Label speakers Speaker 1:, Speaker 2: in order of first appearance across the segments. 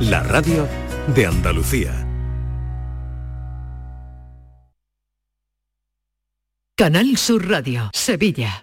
Speaker 1: La radio de Andalucía.
Speaker 2: Canal Sur Radio, Sevilla.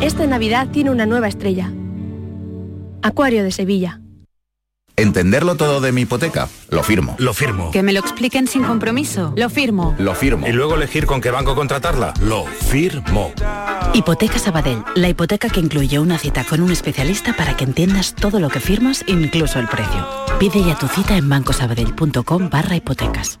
Speaker 3: Esta Navidad tiene una nueva estrella. Acuario de Sevilla.
Speaker 4: Entenderlo todo de mi hipoteca. Lo firmo.
Speaker 5: Lo firmo.
Speaker 6: Que me lo expliquen sin compromiso. Lo firmo.
Speaker 4: Lo firmo.
Speaker 5: Y luego elegir con qué banco contratarla. Lo firmo.
Speaker 7: Hipoteca Sabadell. La hipoteca que incluye una cita con un especialista para que entiendas todo lo que firmas, incluso el precio. Pide ya tu cita en bancosabadell.com barra hipotecas.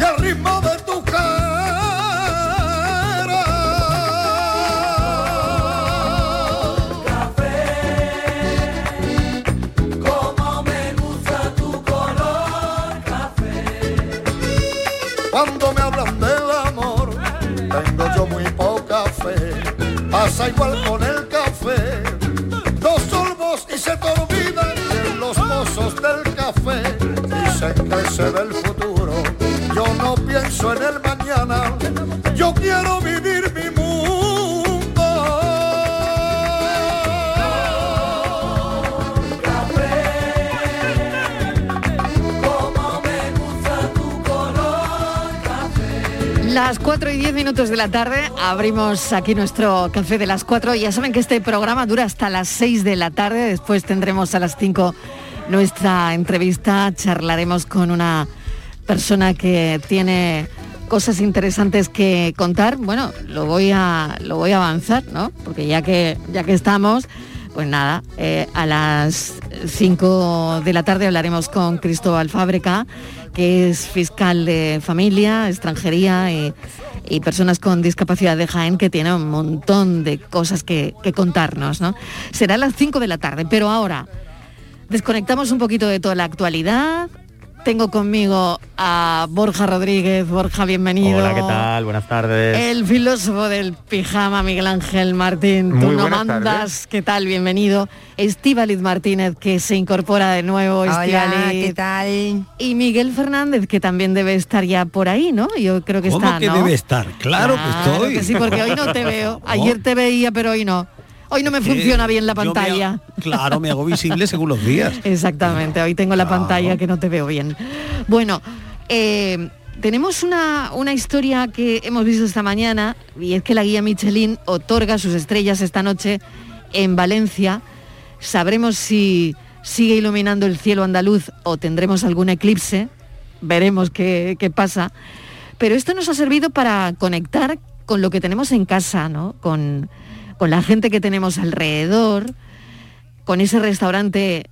Speaker 8: y el ritmo de tu Cuando me hablan del amor, tengo yo muy poca fe. Pasa igual con el café. Dos sorbos y se te olvidan de los pozos del café. Dicen que se ve el futuro. Yo no pienso en el mañana. quiero vivir mi mundo.
Speaker 2: Las 4 y 10 minutos de la tarde abrimos aquí nuestro café de las 4. Ya saben que este programa dura hasta las 6 de la tarde, después tendremos a las 5 nuestra entrevista, charlaremos con una persona que tiene cosas interesantes que contar. Bueno, lo voy a, lo voy a avanzar, ¿no? Porque ya que, ya que estamos, pues nada, eh, a las 5 de la tarde hablaremos con Cristóbal Fábreca, que es fiscal de familia, extranjería y, y personas con discapacidad de Jaén, que tiene un montón de cosas que, que contarnos. ¿no? Será a las 5 de la tarde, pero ahora desconectamos un poquito de toda la actualidad. Tengo conmigo a Borja Rodríguez. Borja, bienvenido.
Speaker 9: Hola, ¿qué tal? Buenas tardes.
Speaker 2: El filósofo del pijama, Miguel Ángel Martín. Tú
Speaker 9: Muy
Speaker 2: no
Speaker 9: buenas
Speaker 2: mandas,
Speaker 9: tardes.
Speaker 2: ¿qué tal? Bienvenido. Estíbaliz Martínez, que se incorpora de nuevo.
Speaker 10: Hola,
Speaker 2: Estíbaliz.
Speaker 10: ¿qué
Speaker 2: tal? Y Miguel Fernández, que también debe estar ya por ahí, ¿no? Yo creo que
Speaker 11: ¿Cómo
Speaker 2: está,
Speaker 11: que
Speaker 2: ¿no?
Speaker 11: debe estar? Claro, que estoy.
Speaker 2: que sí, porque hoy no te veo. Ayer te veía, pero hoy no. Hoy no me
Speaker 11: Eh,
Speaker 2: funciona bien la
Speaker 11: yo me hago-
Speaker 2: pantalla.
Speaker 11: Claro, me hago visible según los días.
Speaker 2: Exactamente, hoy tengo la pantalla que no te veo bien. Bueno, eh, tenemos una, una historia que hemos visto esta mañana y es que la guía Michelin otorga sus estrellas esta noche en Valencia. Sabremos si sigue iluminando el cielo andaluz o tendremos algún eclipse. Veremos qué, qué pasa. Pero esto nos ha servido para conectar con lo que tenemos en casa, ¿no? Con, con la gente que tenemos alrededor, con ese restaurante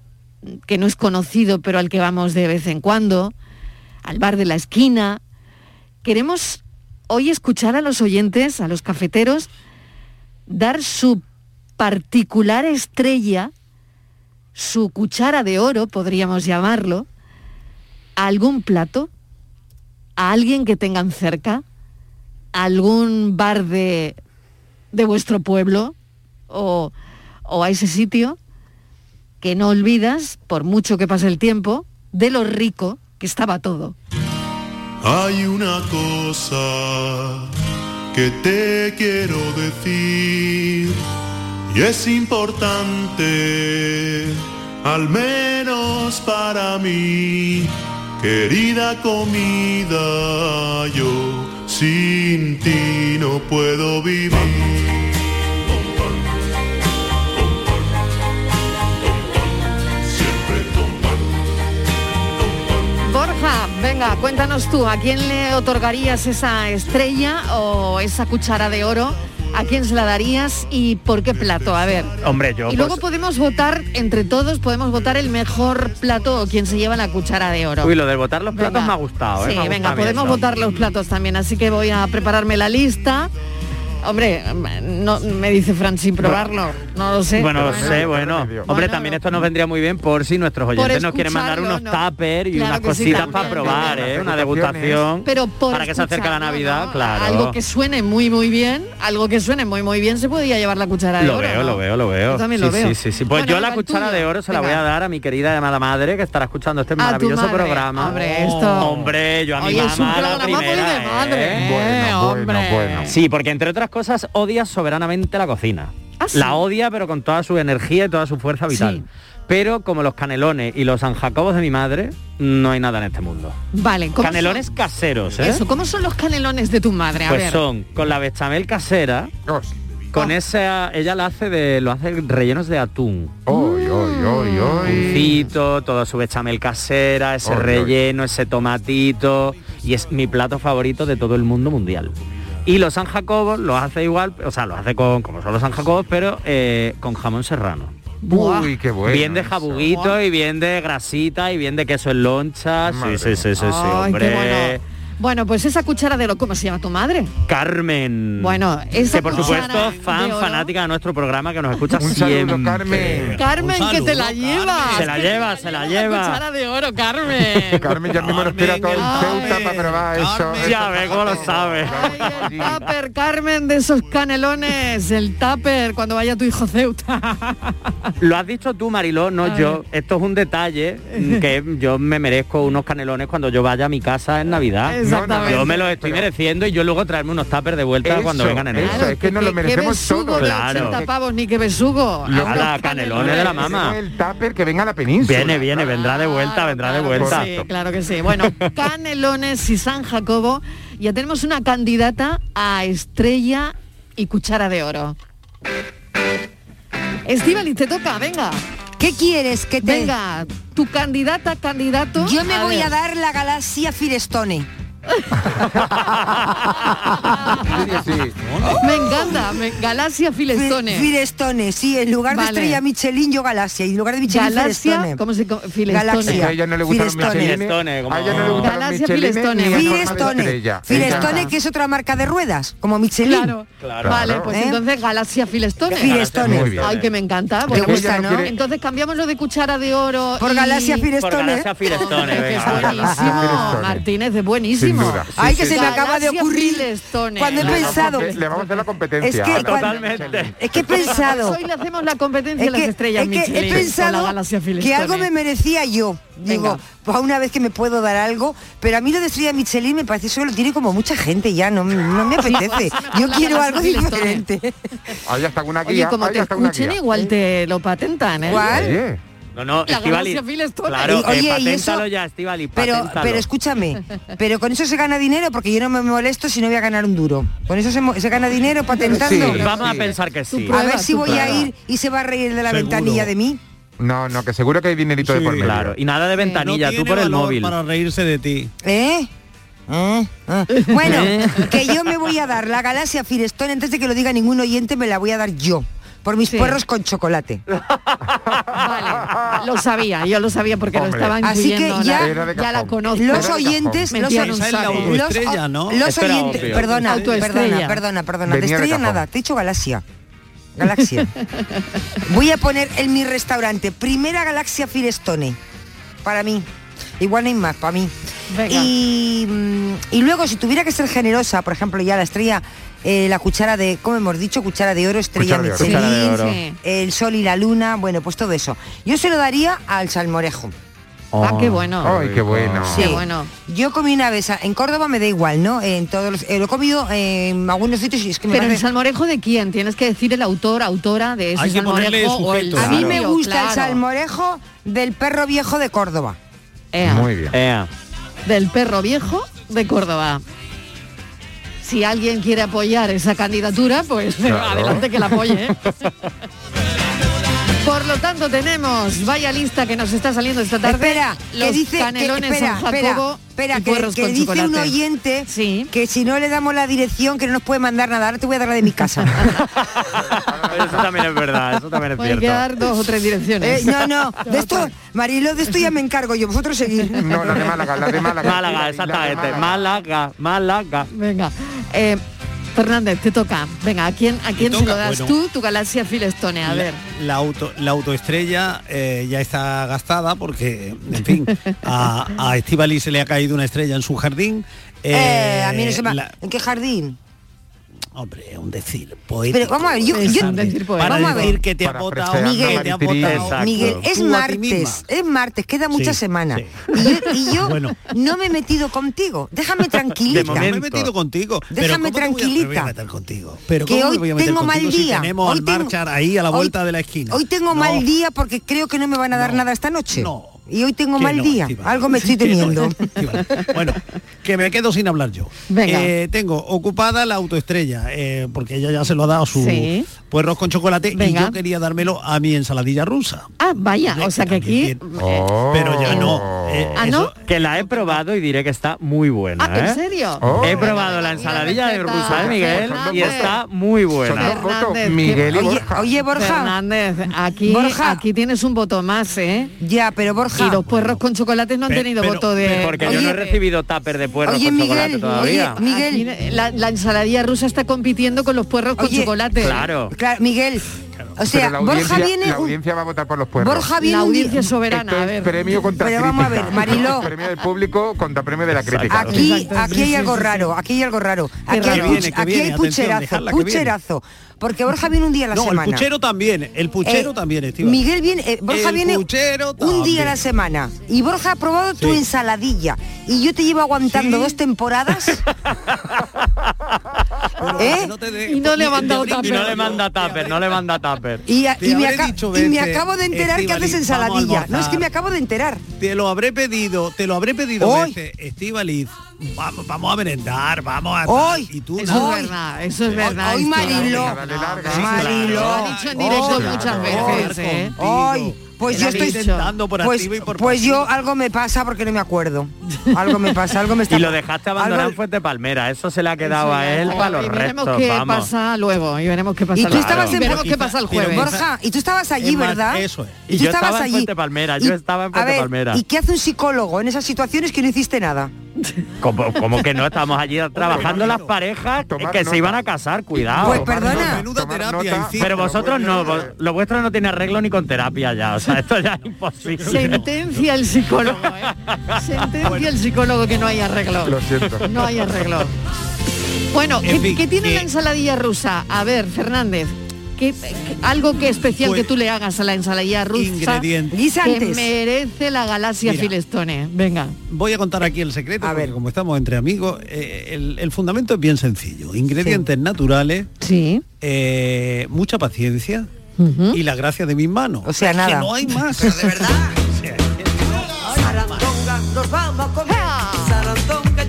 Speaker 2: que no es conocido pero al que vamos de vez en cuando, al bar de la esquina. Queremos hoy escuchar a los oyentes, a los cafeteros, dar su particular estrella, su cuchara de oro, podríamos llamarlo, a algún plato, a alguien que tengan cerca, a algún bar de, de vuestro pueblo o, o a ese sitio que no olvidas, por mucho que pase el tiempo, de lo rico que estaba todo.
Speaker 12: Hay una cosa que te quiero decir y es importante, al menos para mí, querida comida, yo sin ti no puedo vivir.
Speaker 2: Borja, venga, cuéntanos tú, ¿a quién le otorgarías esa estrella o esa cuchara de oro? ¿A quién se la darías y por qué plato? A ver.
Speaker 9: Hombre, yo
Speaker 2: Y luego
Speaker 9: pues-
Speaker 2: podemos votar, entre todos, podemos votar el mejor plato o quien se lleva la cuchara de oro.
Speaker 9: Uy, lo de votar los platos
Speaker 2: Venga.
Speaker 9: me ha gustado, ¿eh?
Speaker 2: Sí,
Speaker 9: Me ha
Speaker 2: venga,
Speaker 9: gustado bien
Speaker 2: podemos
Speaker 9: eso.
Speaker 2: votar los platos también, así que voy a prepararme la lista. Hombre, no me dice Fran sin probarlo, no lo sé.
Speaker 9: Bueno, lo sé, bueno. Hombre, también esto nos vendría muy bien por si nuestros oyentes nos quieren mandar
Speaker 2: escucharlo,
Speaker 9: unos tupper y
Speaker 2: Claro
Speaker 9: unas
Speaker 2: que sí,
Speaker 9: cositas
Speaker 2: también,
Speaker 9: para probar,
Speaker 2: también.
Speaker 9: ¿eh? Una degustación.
Speaker 2: Pero por
Speaker 9: para que se acerque la
Speaker 2: escucharlo,
Speaker 9: Navidad,
Speaker 2: ¿no?
Speaker 9: claro.
Speaker 2: Algo que suene muy muy bien, algo que suene muy muy bien se podía llevar la cuchara de
Speaker 9: Lo
Speaker 2: oro.
Speaker 9: veo,
Speaker 2: ¿no?
Speaker 9: lo veo, lo veo.
Speaker 2: Yo también lo
Speaker 9: sí,
Speaker 2: veo.
Speaker 9: sí, sí, sí. Pues
Speaker 2: Bueno,
Speaker 9: yo la
Speaker 2: venga, el
Speaker 9: cuchara
Speaker 2: tuyo.
Speaker 9: de oro se la
Speaker 2: Venga.
Speaker 9: voy a dar a mi querida llamada madre que estará escuchando este
Speaker 2: tu
Speaker 9: maravilloso
Speaker 2: madre.
Speaker 9: programa. Oh,
Speaker 2: Hombre, esto-
Speaker 9: Hombre, yo a mi
Speaker 2: Oye, es un
Speaker 9: mamá la
Speaker 2: programa muy de
Speaker 9: primera. ¿eh?
Speaker 2: madre, Bueno, bueno, hombre. bueno.
Speaker 9: Sí, porque entre otras cosas odia soberanamente la cocina.
Speaker 2: ¿Ah,
Speaker 9: La odia pero con toda su energía y toda su fuerza vital. Pero como los canelones y los San Jacobos de mi madre, no hay nada en este mundo.
Speaker 2: Vale, ¿cómo
Speaker 9: Canelones
Speaker 2: son?
Speaker 9: caseros, ¿eh?
Speaker 2: Eso, ¿cómo son los canelones de tu madre? A
Speaker 9: Pues
Speaker 2: ver.
Speaker 9: son con la bechamel casera. Con esa ella la hace de lo hace rellenos de atún. Atuncito, toda su bechamel casera, ese
Speaker 13: Oy, oy.
Speaker 9: relleno, ese tomatito y es mi plato favorito de todo el mundo mundial. Y los San Jacobos los hace igual, o sea, los hace con como son los San Jacobos, pero eh, con jamón serrano.
Speaker 14: Uy, qué bueno.
Speaker 9: bien de
Speaker 14: eso.
Speaker 9: jabuguito y bien de grasita y bien de queso en loncha. Sí, sí, sí, sí, sí,
Speaker 2: Ay, qué
Speaker 9: hombre.
Speaker 2: bueno. Bueno, pues esa cuchara de oro, ¿cómo se llama tu madre?
Speaker 9: Carmen.
Speaker 2: Bueno, esa
Speaker 9: que por
Speaker 2: cuchara
Speaker 9: supuesto
Speaker 2: de
Speaker 9: fan
Speaker 2: oro.
Speaker 9: fanática de nuestro programa que nos escucha
Speaker 14: Un saludo,
Speaker 9: siempre.
Speaker 14: Carmen.
Speaker 2: Carmen, que te la llevas.
Speaker 9: Se la
Speaker 2: que
Speaker 9: lleva, se la
Speaker 2: te-
Speaker 9: lleva.
Speaker 2: Cuchara de oro, Carmen.
Speaker 14: Carmen ya mismo nos espera todo el Ceuta para probar eso.
Speaker 9: Ya ve cómo lo sabe.
Speaker 2: Tupper, Carmen, de esos canelones, el tupper, cuando vaya tu hijo Ceuta.
Speaker 9: Lo has dicho tú, Mariló, no yo. Esto es un detalle mm, que yo me merezco unos canelones cuando yo vaya a mi casa en Navidad.
Speaker 2: Exactamente.
Speaker 9: Yo me lo estoy mereciendo y yo luego traerme unos tuppers de vuelta
Speaker 14: Eso,
Speaker 9: cuando vengan en
Speaker 14: eso,
Speaker 9: enero.
Speaker 14: es que nos lo
Speaker 2: Qué
Speaker 14: merecemos
Speaker 2: besugo
Speaker 9: todos.
Speaker 2: de
Speaker 9: Claro.
Speaker 2: 80 pavos, ni qué besugo.
Speaker 9: Lo- a la canelones de la mama.
Speaker 14: El tupper que venga a la península.
Speaker 9: Viene, viene, vendrá de vuelta, vendrá de vuelta.
Speaker 2: Sí, claro que sí. Bueno, Canelones y San Jacobo. Ya tenemos una candidata a estrella y cuchara de oro. Estivali, te toca, venga.
Speaker 15: ¿Qué quieres que te-
Speaker 2: Venga, tu candidata, candidato.
Speaker 15: Yo me voy
Speaker 2: ver.
Speaker 15: a dar la galaxia Firestone.
Speaker 2: Me encanta, me- Galaxia Filestone.
Speaker 15: Firestone, sí, en lugar
Speaker 2: Vale.
Speaker 15: de estrella Michelin, yo Galaxia. Y en lugar de Michelin,
Speaker 2: Galaxia,
Speaker 15: Firestone.
Speaker 2: ¿cómo se co- Filestone?
Speaker 15: Galaxia.
Speaker 14: Es que a ella no le gustan los
Speaker 15: Firestone.
Speaker 14: michelines.
Speaker 9: Firestone, como-
Speaker 14: A ella no le gustan los
Speaker 15: Galaxia
Speaker 14: michelines
Speaker 15: Firestone.
Speaker 14: ni en forma de
Speaker 15: Firestone.
Speaker 14: estrella.
Speaker 15: Firestone,
Speaker 14: Ella-
Speaker 15: que es otra marca de ruedas, como Michelin.
Speaker 2: Claro.
Speaker 14: Claro.
Speaker 2: Vale, pues
Speaker 15: ¿Eh?
Speaker 2: entonces Galaxia Filestone.
Speaker 15: Firestone. Muy bien.
Speaker 2: Ay, que me encanta. Bueno, pues,
Speaker 15: Te gusta, ¿no?
Speaker 2: Entonces cambiamos lo de cuchara de oro.
Speaker 15: Por
Speaker 2: y-
Speaker 15: Galaxia
Speaker 9: Por Galaxia Firestone,
Speaker 2: Es
Speaker 9: venga.
Speaker 2: buenísimo, Martínez, es buenísimo.
Speaker 14: Sin duda. Sí,
Speaker 15: Ay, que se me acaba de ocurrir cuando he
Speaker 14: Le vamos a
Speaker 15: pensado.
Speaker 14: hacer- Le vamos a hacer la competencia.
Speaker 15: Es que
Speaker 14: a la-
Speaker 15: cuando- Es que he pensado.
Speaker 2: Hoy le hacemos la competencia a
Speaker 15: Es
Speaker 2: las
Speaker 15: que-
Speaker 2: estrellas
Speaker 15: es que
Speaker 2: Michelin.
Speaker 15: he
Speaker 2: con la
Speaker 15: pensado
Speaker 2: Galaxia
Speaker 15: que
Speaker 2: Firestone.
Speaker 15: algo me merecía yo. Digo, pues a una vez que me puedo dar algo, pero a mí lo de Estrella Michelin me parece eso lo tiene como mucha gente ya, no, no me apetece. Yo
Speaker 2: La
Speaker 15: quiero
Speaker 2: Galaxia
Speaker 15: algo
Speaker 2: Firestone.
Speaker 15: diferente.
Speaker 14: Ahí hasta una guía.
Speaker 2: Oye, como
Speaker 14: ahí
Speaker 2: te
Speaker 14: hasta una guía.
Speaker 2: escuchen, ¿eh? igual te lo patentan, ¿eh?
Speaker 14: Oye,
Speaker 9: No, no,
Speaker 2: La
Speaker 9: Estivali.
Speaker 2: Galaxia Firestone.
Speaker 9: Claro,
Speaker 15: Y- oye,
Speaker 9: eh,
Speaker 15: y
Speaker 9: paténtalo
Speaker 15: eso-
Speaker 9: ya, Estivali,
Speaker 15: Pero,
Speaker 9: paténtalo.
Speaker 15: pero escúchame, pero con eso se gana dinero porque yo no me molesto si no voy a ganar un duro. Con eso se, mo- se gana dinero patentando.
Speaker 9: Vamos a pensar que sí.
Speaker 15: a ver si voy a ir y se va a reír de la
Speaker 14: Seguro.
Speaker 15: ventanilla de mí.
Speaker 14: No, no, que seguro que hay dinerito de por medio.
Speaker 9: Claro, y nada de ventanilla, tú por el móvil.
Speaker 11: Para reírse de ti.
Speaker 15: ¿Eh? Ah, ah.
Speaker 9: ¿Eh?
Speaker 15: Bueno, que yo me voy a dar la galaxia Firestone antes de que lo diga ningún oyente, me la voy a dar yo. Por mis puerros con chocolate.
Speaker 2: Vale, lo sabía, yo lo sabía porque
Speaker 15: Hombre.
Speaker 2: lo estaba
Speaker 15: Así que
Speaker 2: incluyendo.
Speaker 15: ya-
Speaker 2: la-
Speaker 15: Era de
Speaker 2: ya la
Speaker 15: cajón.
Speaker 2: conozco.
Speaker 15: Los Era de oyentes- cajón. los-
Speaker 2: Metían un
Speaker 15: Esa es la
Speaker 2: saco.
Speaker 15: autoestrella,
Speaker 2: Los-
Speaker 15: ¿no? los
Speaker 2: Esto era
Speaker 15: oyentes-
Speaker 2: obvio.
Speaker 15: perdona,
Speaker 2: Autoestrella.
Speaker 15: perdona, perdona, perdona. De
Speaker 2: Venía de
Speaker 15: estrella
Speaker 2: cajón.
Speaker 15: nada, te he dicho galaxia. Galaxia. Voy a poner en mi restaurante primera galaxia Firestone. Para mí. Igual no hay más, para mí.
Speaker 2: Venga.
Speaker 15: Y, mm, y luego, si tuviera que ser generosa, por ejemplo, ya la estrella, eh, la cuchara de, como hemos dicho, cuchara de oro, estrella
Speaker 9: Cuchara de oro.
Speaker 15: Michelin,
Speaker 9: Cuchara de oro. Sí.
Speaker 15: el sol y la luna, bueno, pues todo eso. Yo se lo daría al salmorejo.
Speaker 9: Oh.
Speaker 2: Ah, qué bueno.
Speaker 14: Ay, qué bueno.
Speaker 15: Sí.
Speaker 2: Qué bueno.
Speaker 15: Yo comí una vez, a- en Córdoba me da igual, ¿no? En todos los- eh, lo he comido eh, en algunos sitios y es que me
Speaker 2: Pero el
Speaker 15: parece-
Speaker 2: salmorejo de quién? Tienes que decir el autor, autora de ese
Speaker 15: Hay que
Speaker 2: salmorejo
Speaker 15: ponerle
Speaker 2: o el
Speaker 15: A mí me
Speaker 2: sitio,
Speaker 15: gusta el
Speaker 2: claro.
Speaker 15: salmorejo del perro viejo de Córdoba.
Speaker 2: Ea,
Speaker 14: Muy bien.
Speaker 2: del perro viejo de Córdoba. Si alguien quiere apoyar esa candidatura, pues
Speaker 14: Claro.
Speaker 2: adelante que la apoye. ¿eh? Por lo tanto tenemos, vaya lista que nos está saliendo esta tarde.
Speaker 15: Espera,
Speaker 2: los
Speaker 15: que dice
Speaker 2: canelones
Speaker 15: que, espera,
Speaker 2: San Jacobo
Speaker 15: espera, espera,
Speaker 2: y
Speaker 15: que-
Speaker 2: puerros
Speaker 15: que,
Speaker 2: con
Speaker 15: dice un
Speaker 2: chocolate.
Speaker 15: oyente que si no le damos la dirección que no nos puede mandar nada. Ahora te voy a dar la de mi casa.
Speaker 9: Eso también es verdad, eso también es
Speaker 2: Pueden quedar
Speaker 9: cierto.
Speaker 2: dos o tres
Speaker 15: Eh,
Speaker 2: direcciones.
Speaker 15: no, no, de esto, Marilo, de esto ya me encargo yo, vosotros seguid.
Speaker 14: No, la de Málaga, la de Málaga.
Speaker 9: Málaga, exactamente. Málaga, Málaga.
Speaker 2: Venga. eh, Fernández, te toca. Venga, ¿a quién, a quién se
Speaker 11: toca?
Speaker 2: lo das
Speaker 11: Bueno.
Speaker 2: tú, tu galaxia Filestone? A
Speaker 11: La-
Speaker 2: ver.
Speaker 11: La, auto, la autoestrella eh, ya está gastada porque, en fin, a, a Estivali se le ha caído una estrella en su jardín.
Speaker 15: Eh, a mí no se me...
Speaker 11: la-
Speaker 15: ¿En qué jardín?
Speaker 11: hombre, un decir poético.
Speaker 15: Pero vamos a ver, yo,
Speaker 2: Pues,
Speaker 15: yo-
Speaker 11: para
Speaker 15: vamos a ver.
Speaker 11: decir que te ha votado,
Speaker 15: Miguel,
Speaker 11: que te ha votado
Speaker 15: Miguel, es
Speaker 11: tú a ti misma.
Speaker 15: martes, es martes, queda muchas
Speaker 11: Sí,
Speaker 15: semanas. Y yo, y yo
Speaker 11: Bueno.
Speaker 15: no me he metido contigo. Déjame tranquilita.
Speaker 11: No me he metido contigo. pero
Speaker 15: Déjame
Speaker 11: ¿cómo te voy a- me voy a
Speaker 15: tranquilita.
Speaker 11: meter contigo. Pero
Speaker 15: que
Speaker 11: ¿cómo me
Speaker 15: hoy
Speaker 11: voy a meter
Speaker 15: tengo mal
Speaker 11: contigo si
Speaker 15: día.
Speaker 11: tenemos
Speaker 15: hoy
Speaker 11: al
Speaker 15: tengo-
Speaker 11: Marchar ahí a la
Speaker 15: hoy-
Speaker 11: vuelta de la esquina.
Speaker 15: Hoy tengo mal día porque creo que no me van a dar nada esta noche. Y hoy tengo
Speaker 11: Que
Speaker 15: mal
Speaker 11: no,
Speaker 15: día.
Speaker 11: Estíbaliz.
Speaker 15: Algo me estoy
Speaker 11: Que no,
Speaker 15: temiendo.
Speaker 11: que me quedo sin hablar yo.
Speaker 15: Venga.
Speaker 11: Eh, tengo ocupada la autoestrella, eh, porque ella ya se lo ha dado a su
Speaker 2: Sí.
Speaker 11: puerros con chocolate
Speaker 2: Venga.
Speaker 11: y yo quería dármelo a mi ensaladilla rusa.
Speaker 2: Ah, vaya, o sea que aquí...
Speaker 11: Pero ya no. eh,
Speaker 2: ¿Ah, no?
Speaker 9: Que la he probado y diré que está muy buena.
Speaker 2: Ah, ¿en
Speaker 9: ¿eh?
Speaker 2: serio?
Speaker 9: He probado la ensaladilla de
Speaker 2: receta.
Speaker 9: rusa de Miguel y
Speaker 2: Fernández.
Speaker 9: está muy buena.
Speaker 2: Fernández, que- Fernández, aquí,
Speaker 15: Borja.
Speaker 2: aquí tienes un voto más, ¿eh?
Speaker 15: Ya, pero Borja.
Speaker 2: Y los puerros con chocolates no han
Speaker 9: Pe-
Speaker 2: tenido
Speaker 9: pero-
Speaker 2: voto de...
Speaker 9: Porque yo no he recibido tupper de puerro
Speaker 15: Oye,
Speaker 9: con chocolate
Speaker 15: Miguel,
Speaker 9: todavía.
Speaker 15: oye, Miguel.
Speaker 2: La, la ensaladilla rusa está compitiendo con los puerros con chocolate.
Speaker 9: Claro.
Speaker 15: Claro, Miguel. O sea,
Speaker 14: Pero la
Speaker 15: Borja
Speaker 14: audiencia-
Speaker 15: viene
Speaker 14: La
Speaker 15: un-
Speaker 14: audiencia va a votar por los pueblos.
Speaker 15: Borja viene La un di- audiencia soberana,
Speaker 14: Esto
Speaker 15: a
Speaker 14: es
Speaker 15: ver.
Speaker 14: premio contra
Speaker 15: Pero vamos a
Speaker 14: crítica.
Speaker 15: ver, Mariló.
Speaker 14: premio del público contra premio de la crítica.
Speaker 15: Aquí, aquí hay algo raro, aquí hay algo raro. Aquí hay,
Speaker 14: raro.
Speaker 15: puch-
Speaker 14: Que viene, que
Speaker 15: aquí
Speaker 14: viene,
Speaker 15: hay
Speaker 14: atención,
Speaker 15: pucherazo,
Speaker 14: dejadla, que viene.
Speaker 15: pucherazo. Porque Borja viene un día a la
Speaker 11: no,
Speaker 15: semana.
Speaker 11: el puchero también, el puchero
Speaker 15: Eh,
Speaker 11: también, Estíbaliz.
Speaker 15: Miguel viene, eh, Borja
Speaker 11: El
Speaker 15: viene
Speaker 11: puchero
Speaker 15: un día a la
Speaker 11: también.
Speaker 15: semana. Y Borja ha probado tu ensaladilla. Y yo te llevo aguantando dos temporadas. ¿Eh?
Speaker 9: Y Ah, no le manda tupper. No le manda tupper, no le manda tupper.
Speaker 15: Y, a- y me,
Speaker 11: habré
Speaker 15: aca-
Speaker 11: dicho
Speaker 15: y me
Speaker 11: veces,
Speaker 15: acabo de enterar que haces
Speaker 11: Estíbaliz, vamos a
Speaker 15: ensaladilla. No, es
Speaker 11: almorzar.
Speaker 15: que me acabo de enterar.
Speaker 11: Te lo habré pedido, te lo habré pedido
Speaker 15: Hoy.
Speaker 11: veces, Estíbaliz. Vamos, vamos a merendar, vamos a.
Speaker 15: Hoy.
Speaker 11: Y tú
Speaker 15: Eso
Speaker 11: nada.
Speaker 15: es
Speaker 2: verdad, eso es
Speaker 11: Sí.
Speaker 2: verdad,
Speaker 11: Hoy,
Speaker 2: esto.
Speaker 11: Mariló. Sí,
Speaker 15: Mariló.
Speaker 11: claro.
Speaker 2: Lo ha dicho en directo
Speaker 11: Hoy,
Speaker 2: muchas
Speaker 11: claro.
Speaker 2: veces,
Speaker 11: Hoy,
Speaker 2: ¿eh?
Speaker 15: Hoy, pues
Speaker 11: Te
Speaker 15: yo
Speaker 11: la
Speaker 15: estoy
Speaker 11: estoy intentando por
Speaker 15: pues,
Speaker 11: activa y por
Speaker 15: pues yo algo me pasa porque no me acuerdo. Algo me pasa, algo me está
Speaker 9: Y lo dejaste abandonar
Speaker 15: algo-
Speaker 9: en Fuente Palmera, eso se le ha quedado a él para los
Speaker 2: y veremos
Speaker 9: restos,
Speaker 2: qué
Speaker 9: vamos.
Speaker 2: pasa luego y veremos qué pasa
Speaker 9: Y tú
Speaker 2: luego.
Speaker 9: estabas en-
Speaker 2: veremos qué
Speaker 9: quizá-
Speaker 2: pasa el
Speaker 9: pero
Speaker 2: jueves
Speaker 15: Borja, y tú estabas allí,
Speaker 9: Es más,
Speaker 15: ¿verdad?
Speaker 9: eso es.
Speaker 15: Y
Speaker 9: Y
Speaker 15: tú
Speaker 9: yo
Speaker 15: estabas
Speaker 9: estaba en
Speaker 15: allí.
Speaker 9: Fuente Palmera, yo estaba en
Speaker 15: a
Speaker 9: Fuente
Speaker 15: ver,
Speaker 9: Palmera.
Speaker 15: ¿Y qué hace un psicólogo en esas situaciones que no hiciste nada?
Speaker 9: Como, como que no estamos allí trabajando las parejas que
Speaker 15: nota.
Speaker 9: se iban a casar, cuidado.
Speaker 15: Pues perdona.
Speaker 9: Pero vosotros no, vos- lo vuestro no tiene arreglo ni con terapia ya, o sea, esto ya es imposible.
Speaker 2: sentencia el psicólogo ¿eh? sentencia el psicólogo que no hay arreglo
Speaker 9: Lo siento.
Speaker 2: no hay arreglo bueno
Speaker 11: En
Speaker 2: ¿qué,
Speaker 11: fin,
Speaker 2: qué tiene
Speaker 11: que-
Speaker 2: la ensaladilla rusa a ver Fernández ¿qué- qué- algo que especial que tú le hagas a la ensaladilla rusa
Speaker 11: Ingredientes.
Speaker 2: que
Speaker 11: Guisantes.
Speaker 2: merece la galaxia
Speaker 11: Mira.
Speaker 2: Filestone venga
Speaker 11: Voy a contar aquí el secreto, porque como estamos entre amigos, eh, el, el fundamento es bien sencillo. Ingredientes naturales, eh,
Speaker 2: sí.
Speaker 11: mucha paciencia y la gracia de mis manos. O
Speaker 15: sea, nada.
Speaker 11: no hay más.
Speaker 15: de verdad.
Speaker 16: Sarandonga, nos vamos a comer. Sarandonga,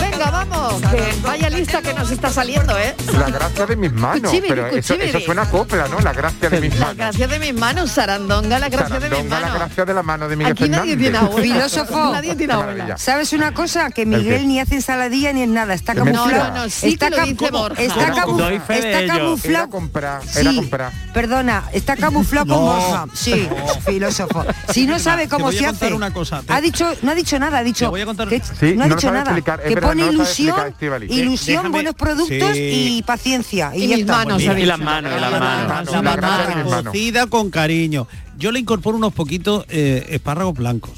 Speaker 2: venga vamos que vaya lista que nos está saliendo eh
Speaker 14: La gracia de mis manos.
Speaker 2: Cuchibiri,
Speaker 14: pero eso,
Speaker 2: cuchibiri.
Speaker 14: eso suena a copla, ¿no? La gracia de mis
Speaker 2: la
Speaker 14: manos.
Speaker 2: gracia de mis manos sarandonga la gracia de mis
Speaker 14: Sarandonga, la gracia de la mano de Miguel
Speaker 2: Aquí nadie
Speaker 14: Fernández.
Speaker 2: tiene abuela.
Speaker 15: Filósofo.
Speaker 2: Nadie tiene
Speaker 14: Qué maravilla.
Speaker 2: abuela.
Speaker 15: ¿Sabes una cosa? Que
Speaker 14: ¿El qué?
Speaker 15: Miguel ni hace ensaladilla ni es nada. Está
Speaker 14: Es mentira.
Speaker 15: camuflado.
Speaker 14: No, no, sí
Speaker 15: está
Speaker 14: que lo
Speaker 15: camu-
Speaker 14: dice Borja.
Speaker 15: Está,
Speaker 14: Yo no-
Speaker 15: camu-
Speaker 14: doy fe de
Speaker 15: está
Speaker 14: ello.
Speaker 15: camuflado.
Speaker 14: Era comprar, era
Speaker 15: Sí,
Speaker 14: comprar.
Speaker 15: Perdona, está camuflado con
Speaker 14: No.
Speaker 15: Borja. Sí, filósofo. Si no
Speaker 11: Te
Speaker 15: sabe
Speaker 11: voy
Speaker 15: cómo
Speaker 11: a
Speaker 15: se
Speaker 11: contar
Speaker 15: hace.
Speaker 11: una cosa, te-
Speaker 15: Ha dicho, no ha dicho nada, ha dicho. que-
Speaker 14: Sí,
Speaker 15: no ha
Speaker 14: no lo
Speaker 15: dicho
Speaker 14: sabe
Speaker 15: nada.
Speaker 14: explicar, es
Speaker 15: que
Speaker 14: verdad,
Speaker 15: pone
Speaker 14: no lo sabe
Speaker 15: ilusión,
Speaker 14: explicar, Estíbaliz.
Speaker 15: ilusión,
Speaker 14: Déjame-
Speaker 15: buenos productos
Speaker 11: Sí.
Speaker 15: y paciencia. Y,
Speaker 11: Y
Speaker 15: ya
Speaker 11: mis
Speaker 15: está.
Speaker 11: manos, ha
Speaker 14: Y
Speaker 11: dicho.
Speaker 14: las manos, y las manos. La gracia de mis manos.
Speaker 11: Cocida con cariño. Yo le incorporo unos poquitos eh, espárragos blancos,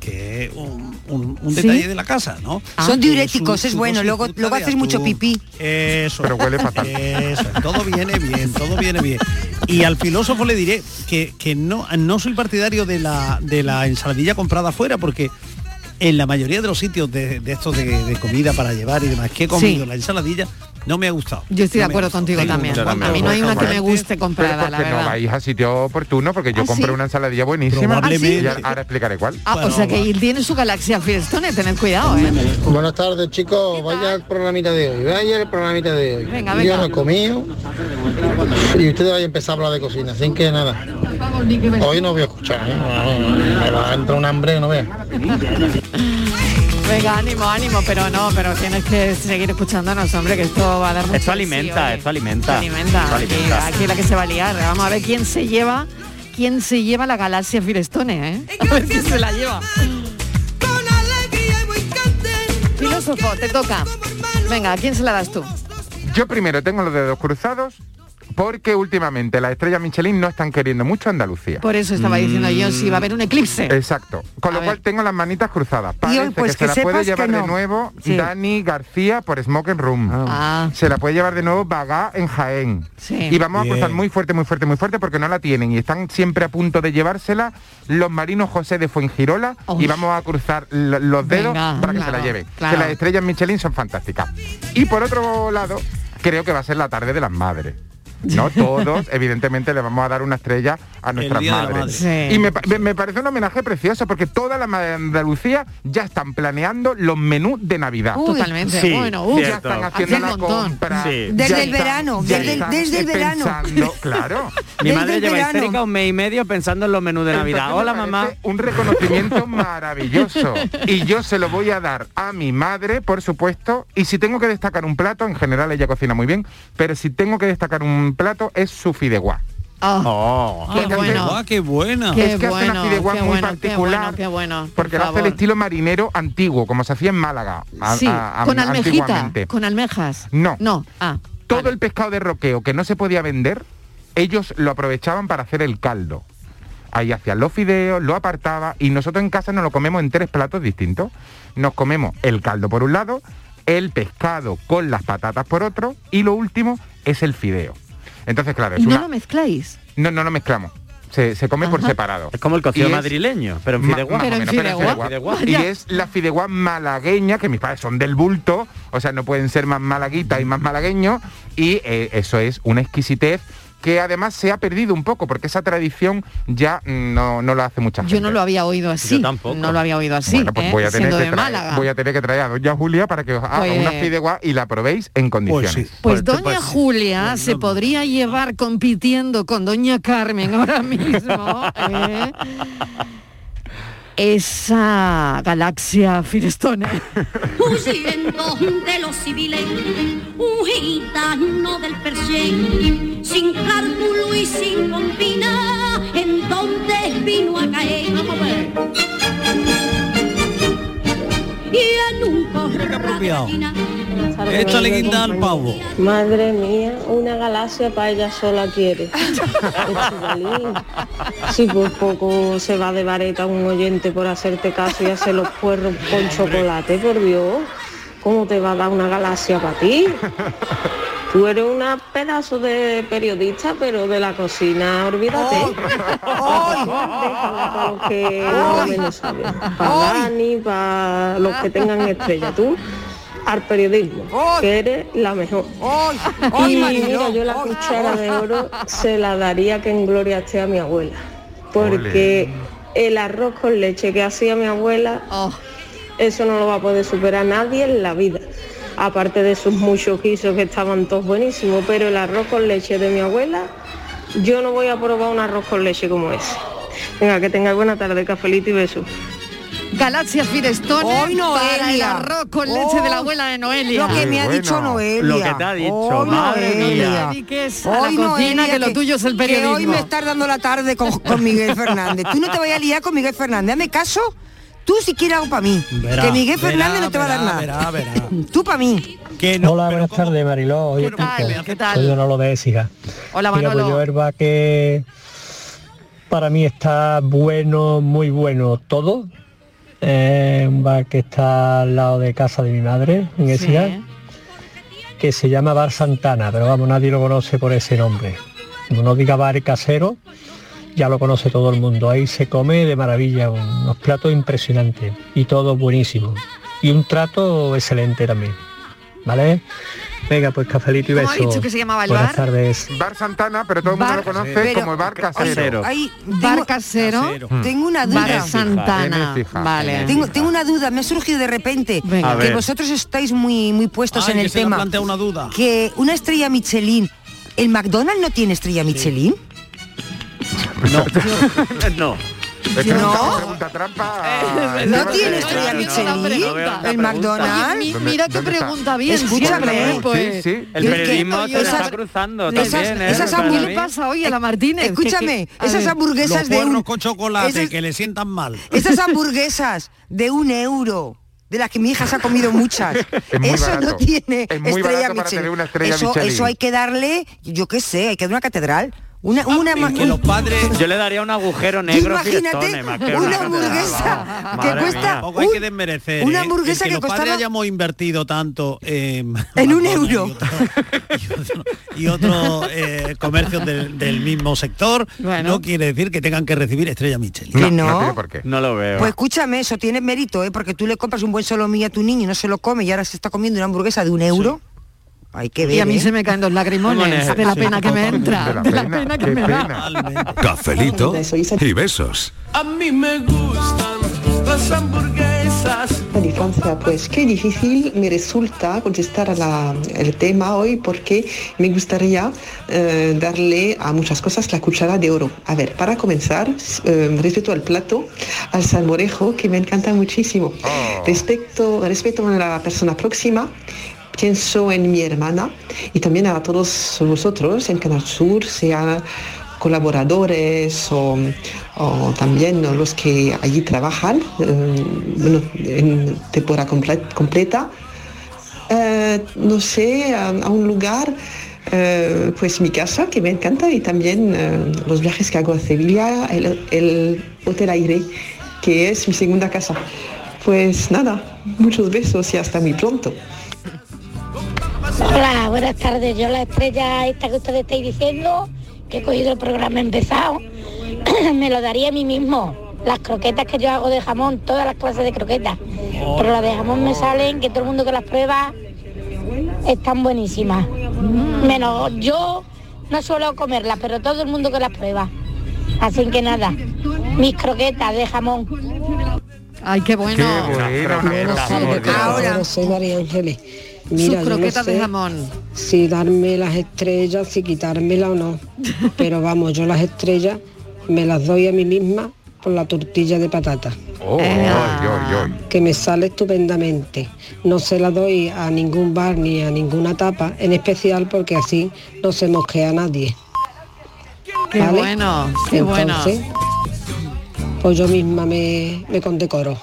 Speaker 11: que es un, un- un
Speaker 15: ¿Sí?
Speaker 11: detalle de la casa, ¿no?
Speaker 15: Son
Speaker 11: Eh,
Speaker 15: diuréticos,
Speaker 11: su-
Speaker 15: es
Speaker 11: su
Speaker 15: bueno.
Speaker 11: dosis
Speaker 15: Luego,
Speaker 11: justa
Speaker 15: luego
Speaker 11: de
Speaker 15: haces mucho
Speaker 11: atún.
Speaker 15: pipí.
Speaker 11: Eso.
Speaker 14: Pero huele fatal.
Speaker 11: Eso, todo viene bien, todo viene bien. Y al filósofo le diré que, que no, no soy partidario de la, de la ensaladilla comprada afuera porque en la mayoría de los sitios de, de estos de, de comida para llevar y demás que he comido
Speaker 2: Sí.
Speaker 11: la ensaladilla no me ha gustado.
Speaker 2: Yo estoy de
Speaker 11: No me ha
Speaker 2: acuerdo
Speaker 11: gustado.
Speaker 2: contigo
Speaker 11: Tengo
Speaker 2: también.
Speaker 11: mucho
Speaker 14: Yo también.
Speaker 2: A mí no hay una que me
Speaker 14: Pero
Speaker 2: guste
Speaker 14: Pero
Speaker 2: comprada, la
Speaker 14: porque no
Speaker 2: verdad.
Speaker 14: vais a sitio oportuno, porque yo
Speaker 2: ¿Ah,
Speaker 14: compré
Speaker 2: sí?
Speaker 14: una ensaladilla buenísima.
Speaker 11: Probablemente.
Speaker 14: Y ahora- ahora explicaré cuál.
Speaker 2: Ah, o sea que él tiene su galaxia Firestone, tened cuidado, ¿eh?
Speaker 17: Buenas tardes chicos, vaya el programita de hoy, vaya el programita de hoy.
Speaker 2: Venga,
Speaker 17: Yo
Speaker 2: venga.
Speaker 17: no he comido y ustedes vayan a empezar a hablar de cocina, así que nada. Hoy no voy a escuchar, ¿eh?
Speaker 8: 아,
Speaker 17: me va a entrar un hambre que no veas.
Speaker 2: Venga, ánimo, ánimo, pero no, pero tienes que seguir escuchándonos, hombre, que esto va a dar mucho. de sí
Speaker 9: Esto alimenta,
Speaker 2: hoy.
Speaker 9: esto alimenta.
Speaker 2: Alimenta,
Speaker 9: Esto
Speaker 2: aquí-
Speaker 9: alimenta.
Speaker 2: Aquí, la que se va a liar. Vamos a ver quién se lleva, quién se lleva la galaxia Firestone, ¿eh? A ver quién se la lleva. Filósofo, te toca. Venga, ¿a quién se la das tú?
Speaker 14: Yo primero tengo los dedos cruzados porque últimamente las estrellas Michelin no están queriendo mucho a Andalucía.
Speaker 2: Por eso estaba diciendo yo si va a haber un eclipse.
Speaker 14: Exacto. Con lo
Speaker 2: A
Speaker 14: cual tengo las manitas cruzadas. Parece
Speaker 2: pues
Speaker 14: que,
Speaker 2: que
Speaker 14: se la puede
Speaker 2: sepas
Speaker 14: llevar
Speaker 2: que no.
Speaker 14: de nuevo
Speaker 2: Sí. Ah.
Speaker 14: Dani García por Smoking Room. Se la puede llevar de nuevo Bagá en Jaén.
Speaker 2: Sí.
Speaker 14: Y vamos
Speaker 2: Bien.
Speaker 14: a cruzar muy fuerte, muy fuerte, muy fuerte porque no la tienen y están siempre a punto de llevársela los marinos José de Fuengirola y vamos a cruzar l- los dedos
Speaker 18: Venga,
Speaker 14: para que
Speaker 18: claro,
Speaker 14: se la lleven.
Speaker 18: claro.
Speaker 14: Que las estrellas Michelin son fantásticas. Y por otro lado, creo que va a ser la tarde de las madres. No todos, evidentemente, le vamos a dar una estrella a nuestras
Speaker 19: Día de la
Speaker 14: madres.
Speaker 19: Madre. Sí.
Speaker 14: Y me, pa- me- me parece un homenaje precioso porque toda la madre de Andalucía ya están planeando los menús de Navidad.
Speaker 2: Uy, Totalmente. sí, Bueno, uy,
Speaker 14: ya
Speaker 2: cierto.
Speaker 14: están haciendo
Speaker 2: Hace un
Speaker 14: la
Speaker 2: montón.
Speaker 14: compra.
Speaker 2: Sí.
Speaker 14: ya
Speaker 2: Desde el
Speaker 14: están-
Speaker 2: verano,
Speaker 14: ya
Speaker 2: desde el-
Speaker 14: están
Speaker 2: desde el verano.
Speaker 14: pensando, claro.
Speaker 9: Mi madre lleva histérica un mes y medio pensando en los menús de Navidad.
Speaker 14: Entonces
Speaker 9: Hola
Speaker 14: me
Speaker 9: mamá.
Speaker 14: parece Un reconocimiento maravilloso. Y yo se lo voy a dar a mi madre, por supuesto. Y si tengo que destacar un plato, en general ella cocina muy bien, pero si tengo que destacar un plato es su fideuá.
Speaker 15: Ah,
Speaker 11: Oh,
Speaker 14: Qué bueno.
Speaker 11: Ah, qué buena.
Speaker 14: Qué Es que hace una bueno, fideuá qué muy bueno, qué particular, bueno,
Speaker 2: Qué bueno.
Speaker 14: Porque lo hace el estilo marinero antiguo, como se hacía en Málaga. a-
Speaker 2: Sí,
Speaker 14: a- a-
Speaker 2: con almejita,
Speaker 14: antiguamente.
Speaker 2: con almejas.
Speaker 14: No.
Speaker 2: No, ah.
Speaker 14: Todo el pescado de roqueo que no se podía vender, ellos lo aprovechaban para hacer el caldo. Ahí hacían los fideos, lo apartaba y nosotros en casa nos lo comemos en tres platos distintos. Nos comemos el caldo por un lado, el pescado con las patatas por otro y lo último es el fideo. Entonces, claro, es
Speaker 2: ¿Y no
Speaker 14: una-
Speaker 2: lo mezcláis?
Speaker 14: no, no lo mezclamos. Se, se come por
Speaker 2: Ajá.
Speaker 14: separado.
Speaker 9: Es como el cocido
Speaker 14: Y
Speaker 9: madrileño, pero en
Speaker 14: ma-
Speaker 9: fideuá.
Speaker 14: más o
Speaker 9: Pero en
Speaker 14: menos, pero en
Speaker 9: fideuá.
Speaker 14: fideuá.
Speaker 9: Vaya.
Speaker 14: Y es la fideuá malagueña, que mis padres son del bulto, o sea, no pueden ser más malaguitas y más malagueños. Y eh, eso es una exquisitez que además se ha perdido un poco, porque esa tradición ya mm, no, no la hace mucha gente.
Speaker 2: Yo no lo había oído así. No lo había oído así.
Speaker 14: Bueno, pues
Speaker 2: ¿eh?
Speaker 14: voy, a tener
Speaker 2: Siendo
Speaker 14: que
Speaker 2: de
Speaker 14: traer,
Speaker 2: Málaga.
Speaker 14: voy a tener que traer a doña Julia para que os haga
Speaker 2: Pues-
Speaker 14: una fideuá y la probéis en condiciones.
Speaker 2: Pues doña Julia se podría llevar compitiendo con doña Carmen ahora mismo ¿eh? esa galaxia Firestone.
Speaker 13: huyendo de los civiles, un gitano del perché, sin cálculo y sin compina, en donde vino a caer. Y en un corral de
Speaker 11: apropiado.
Speaker 13: gallina,
Speaker 11: Échale guinda al pavo.
Speaker 20: Madre mía, una galaxia para ella sola quiere. Estivaliz, si por poco se va de vareta un oyente por hacerte caso y hacer los puerros con chocolate, por Dios, ¿cómo te va a dar una galaxia para ti? Tú eres una pedazo de periodista, pero de la cocina, olvídate.
Speaker 11: Oh.
Speaker 20: Déjala para los que más o menos saben. Para Dani, para los que tengan estrella. Tú, al periodismo, que eres la mejor.
Speaker 13: ¡Ay,
Speaker 20: Y
Speaker 13: Mariló!
Speaker 20: mira, yo la
Speaker 13: ¡Ay!
Speaker 20: cuchara de oro se la daría que en gloria esté a mi abuela. Porque el arroz con leche que hacía mi abuela,
Speaker 13: Oh.
Speaker 20: eso no lo va a poder superar nadie en la vida. Aparte de sus muchos guisos que estaban todos buenísimos, pero el arroz con leche de mi abuela, yo no voy a probar un arroz con leche como ese. Venga, que tengáis buena tarde, cafelito y besos.
Speaker 2: Galaxia Firestone
Speaker 20: Hoy
Speaker 2: para el
Speaker 20: Noelia.
Speaker 2: arroz con leche de la abuela de Noelia.
Speaker 15: Lo que me ha
Speaker 9: Bueno,
Speaker 15: dicho Noelia.
Speaker 9: oh, lo que te ha dicho, madre mía.
Speaker 2: Noelia, ¿qué es? A la cocina, que lo tuyo es el
Speaker 15: Que hoy
Speaker 2: periodismo.
Speaker 15: me estás dando la tarde con, con Miguel Fernández. Tú no te vayas a liar con Miguel Fernández. Hazme caso. Tú si quieres algo para mí.
Speaker 11: Verá,
Speaker 15: que Miguel
Speaker 11: verá,
Speaker 15: Fernández no te va a dar
Speaker 11: verá,
Speaker 15: nada.
Speaker 11: verá, verá.
Speaker 15: Tú para mí.
Speaker 21: Hola, buenas tardes, Mariló. Oye, Kiko,
Speaker 2: ¿Qué tal?
Speaker 21: Soy Manolo de Écija.
Speaker 2: Hola,
Speaker 21: Mira, pues
Speaker 2: Manolo.
Speaker 21: yo el que para mí está bueno, muy bueno todo. Eh, un bar que está al lado de casa de mi madre, en Écija, que se llama Bar Santana, pero vamos, nadie lo conoce por ese nombre. Como no diga bar casero, ya lo conoce todo el mundo. Ahí se come de maravilla, unos platos impresionantes y todo buenísimo. Y un trato excelente también. ¿Vale? Venga, pues cafelito y
Speaker 2: ¿Cómo
Speaker 21: besos.
Speaker 2: ha dicho que se llamaba el
Speaker 21: Buenas
Speaker 2: bar?
Speaker 21: tardes.
Speaker 14: Bar Santana, pero todo el mundo
Speaker 2: Bar-
Speaker 14: lo conoce
Speaker 21: Pero-
Speaker 14: como Bar Casero.
Speaker 15: Ahí,
Speaker 2: Bar casero.
Speaker 14: Mm.
Speaker 15: Tengo una duda.
Speaker 2: Bar Santana. Vale.
Speaker 15: Tengo, tengo una duda, me ha surgido de repente.
Speaker 11: Venga. A
Speaker 15: Que
Speaker 11: ver.
Speaker 15: vosotros estáis muy, muy puestos
Speaker 11: Ay,
Speaker 15: en
Speaker 11: que
Speaker 15: el
Speaker 11: se le ha
Speaker 15: tema.
Speaker 11: planteado una duda.
Speaker 15: Que una estrella Michelin. ¿El McDonald's no tiene estrella Michelin?
Speaker 9: no.
Speaker 14: Es que
Speaker 15: No.
Speaker 14: es una pregunta trampa.
Speaker 15: ¿No tiene estrella
Speaker 9: no, no, no,
Speaker 15: Michelin?
Speaker 9: no veo la
Speaker 15: ¿El
Speaker 9: pregunta.
Speaker 15: McDonald's?
Speaker 9: Oye, mi- mira qué ¿Dónde está? pregunta bien
Speaker 15: Escúchame,
Speaker 9: siempre, ¿eh?
Speaker 15: pues.
Speaker 9: Sí, sí. El
Speaker 15: Yo es que-
Speaker 9: periodismo te
Speaker 15: esas-
Speaker 9: está cruzando
Speaker 15: esas-
Speaker 9: también, ¿eh?
Speaker 15: esas
Speaker 9: Para
Speaker 15: hamburguesas-
Speaker 2: ¿Qué le pasa hoy a la Martínez?
Speaker 15: Eh, Escúchame,
Speaker 2: Que- que- a
Speaker 15: esas
Speaker 2: ver.
Speaker 15: hamburguesas
Speaker 11: Los
Speaker 15: de
Speaker 11: cuernos
Speaker 15: un-
Speaker 11: con chocolate
Speaker 15: esas-
Speaker 11: que le sientan mal.
Speaker 15: Esas hamburguesas de un euro, de las que mi hija se ha comido muchas,
Speaker 11: Es muy
Speaker 15: eso
Speaker 11: barato.
Speaker 15: no tiene
Speaker 11: Es muy
Speaker 15: estrella
Speaker 11: barato para
Speaker 15: Michelin.
Speaker 11: tener una estrella
Speaker 15: eso,
Speaker 11: Michelin.
Speaker 15: eso hay que darle, yo qué sé, hay que dar una catedral.
Speaker 2: Ah,
Speaker 15: Una, una ma-
Speaker 9: Que los padres... Yo le daría un agujero negro a
Speaker 15: Imagínate
Speaker 9: Firestone, más que
Speaker 15: una
Speaker 9: catedral,
Speaker 11: Ah,
Speaker 15: hamburguesa
Speaker 9: vamos.
Speaker 15: que
Speaker 9: Madre
Speaker 15: cuesta
Speaker 9: mía.
Speaker 11: Tampoco hay que desmerecer.
Speaker 15: una
Speaker 11: ¿eh?
Speaker 15: hamburguesa
Speaker 11: El
Speaker 15: que
Speaker 11: los padres
Speaker 15: costaba-
Speaker 11: hayamos invertido tanto en,
Speaker 15: En un
Speaker 11: McDonald's
Speaker 15: euro.
Speaker 11: y otros eh, comercios del, del mismo sector no quiere decir que tengan que recibir estrella Michelin.
Speaker 15: Que No, no no. tiene
Speaker 11: por
Speaker 14: qué.
Speaker 9: No lo veo.
Speaker 15: Pues escúchame, eso tiene mérito, ¿eh? porque tú le compras un buen solomillo a tu niño y no se lo come y ahora se está comiendo una hamburguesa de un euro. Hay que ver.
Speaker 2: Y a mí
Speaker 15: ¿eh?
Speaker 2: se me caen los lagrimones de la
Speaker 15: Sí,
Speaker 2: pena que me entra,
Speaker 15: de la
Speaker 2: de la
Speaker 15: pena,
Speaker 2: pena que
Speaker 15: qué
Speaker 2: me da.
Speaker 22: Cafelito y besos.
Speaker 3: A mí me gustan las hamburguesas.
Speaker 19: De Francia, pues qué difícil me resulta contestar al tema hoy porque me gustaría eh, darle a muchas cosas la cuchara de oro. A ver, para comenzar, eh, respecto al plato, al salmorejo, que me encanta muchísimo. Respecto, respecto a la persona próxima, pienso en mi hermana y también a todos vosotros en Canal Sur, sea colaboradores o, o también ¿no? los que allí trabajan eh, bueno, en temporada comple- completa. Eh, no sé, a, a un lugar eh, pues mi casa, que me encanta, y también eh, los viajes que hago a Sevilla, el, el Hotel Aire, que es mi segunda casa. Pues nada, muchos besos y hasta muy pronto.
Speaker 23: Hola, buenas tardes. Yo la estrella esta que ustedes estáis diciendo, que he cogido el programa empezado, me lo daría a mí mismo. Las croquetas que yo hago de jamón, todas las clases de croquetas. Pero las de jamón me salen, que todo el mundo que las prueba están buenísimas. Menos yo no suelo comerlas, pero todo el mundo que las prueba. Así que nada, mis croquetas de jamón.
Speaker 2: Ay, qué bueno.
Speaker 24: Ahora soy María Ángeles. Mira, yo no
Speaker 2: croquetas de
Speaker 24: sé
Speaker 2: jamón.
Speaker 24: Si darme las estrellas, si quitármela o no. Pero vamos, yo las estrellas me las doy a mí misma por la tortilla de patata.
Speaker 14: Oh, oy, oy, oy.
Speaker 24: Que me sale estupendamente. No se la doy a ningún bar ni a ninguna tapa, en especial porque así no se mosquea a nadie.
Speaker 2: Qué
Speaker 24: ¿Vale?
Speaker 2: bueno, qué bueno.
Speaker 24: Entonces, pues yo misma me, me condecoro.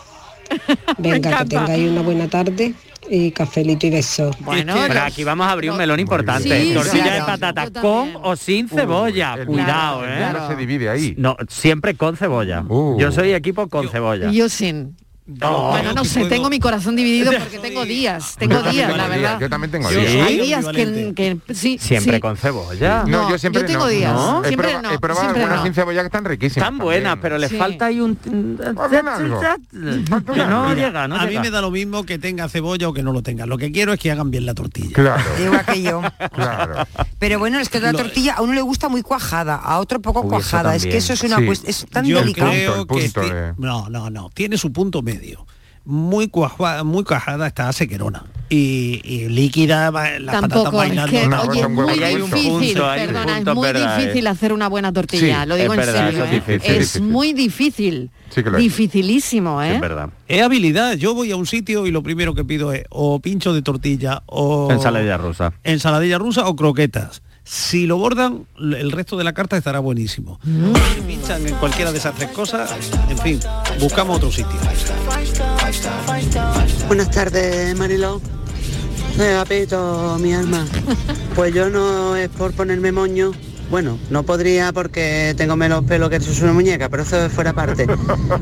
Speaker 24: Venga, que
Speaker 9: encanta.
Speaker 24: tengáis una buena tarde y cafelito y besos.
Speaker 9: Bueno, pero aquí vamos a abrir un melón importante.
Speaker 24: Sí,
Speaker 9: Tortilla
Speaker 24: claro.
Speaker 9: de patata con o sin cebolla. Cuidado, ¿eh?
Speaker 14: Claro, se divide ahí. Uh.
Speaker 9: No, siempre con cebolla. Yo soy equipo con cebolla.
Speaker 2: Yo sin.
Speaker 9: No.
Speaker 2: Bueno, no sé, tengo mi corazón dividido porque tengo días, tengo
Speaker 9: Yo también
Speaker 2: días,
Speaker 9: tengo
Speaker 2: la
Speaker 9: días,
Speaker 2: verdad.
Speaker 14: yo también tengo
Speaker 9: Sí.
Speaker 14: días.
Speaker 2: Hay días que, que- sí,
Speaker 9: Siempre
Speaker 2: sí.
Speaker 9: con cebolla.
Speaker 14: No, yo siempre
Speaker 2: tengo
Speaker 14: no.
Speaker 2: días,
Speaker 14: He
Speaker 2: siempre
Speaker 14: proba-
Speaker 2: no,
Speaker 14: He probado
Speaker 2: siempre
Speaker 14: algunas
Speaker 2: no.
Speaker 14: sin cebolla que están riquísimas.
Speaker 9: Están buenas, pero les falta ahí un...
Speaker 14: algo.
Speaker 11: Mira,
Speaker 9: no
Speaker 11: mira,
Speaker 9: llega, no
Speaker 11: a
Speaker 9: llega.
Speaker 11: mí me da lo mismo que tenga cebolla o que no lo tenga. Lo que quiero es que hagan bien la tortilla.
Speaker 14: Claro.
Speaker 15: Igual que yo.
Speaker 14: Claro.
Speaker 15: Pero bueno, es que la
Speaker 11: Lo-
Speaker 15: tortilla a uno le gusta muy cuajada, a otro poco
Speaker 11: Uy, eso
Speaker 15: cuajada. Es
Speaker 11: también.
Speaker 15: que eso es una
Speaker 11: Sí.
Speaker 15: cuest- es tan
Speaker 11: Yo
Speaker 15: delicado.
Speaker 11: creo
Speaker 14: El punto, el
Speaker 11: que
Speaker 14: punto
Speaker 11: ti-
Speaker 14: de-
Speaker 11: No, no, no. Tiene su punto medio. Muy cuajada, muy cuajada está sequerona. Y, y líquida, va- las patatas
Speaker 2: Tampoco, es
Speaker 11: bailando.
Speaker 2: que, oye, es muy
Speaker 11: Ahí hay un
Speaker 2: difícil,
Speaker 11: punto, ahí hay un
Speaker 2: perdona, es
Speaker 11: punto,
Speaker 2: muy
Speaker 11: ¿verdad?
Speaker 2: difícil hacer una buena tortilla,
Speaker 11: Sí,
Speaker 2: lo digo
Speaker 11: es verdad,
Speaker 2: en serio,
Speaker 11: eso es
Speaker 2: ¿eh?
Speaker 11: difícil, es
Speaker 2: Es
Speaker 11: difícil.
Speaker 2: muy difícil,
Speaker 11: Sí que lo es.
Speaker 2: dificilísimo, ¿eh?
Speaker 11: Es habilidad. Yo voy a un sitio y lo primero que pido es o pincho de tortilla o
Speaker 9: Ensaladilla rusa.
Speaker 11: ensaladilla rusa o croquetas. Si lo bordan, l- el resto de la carta estará buenísimo.
Speaker 2: Mm.
Speaker 11: Si pinchan en cualquiera de esas tres cosas, en fin, buscamos otro sitio.
Speaker 25: Buenas tardes, Mariló. Eh, Apito, mi alma. Pues yo no es por ponerme moño. Bueno, no podría porque tengo menos pelo que es una muñeca, pero eso es fuera parte.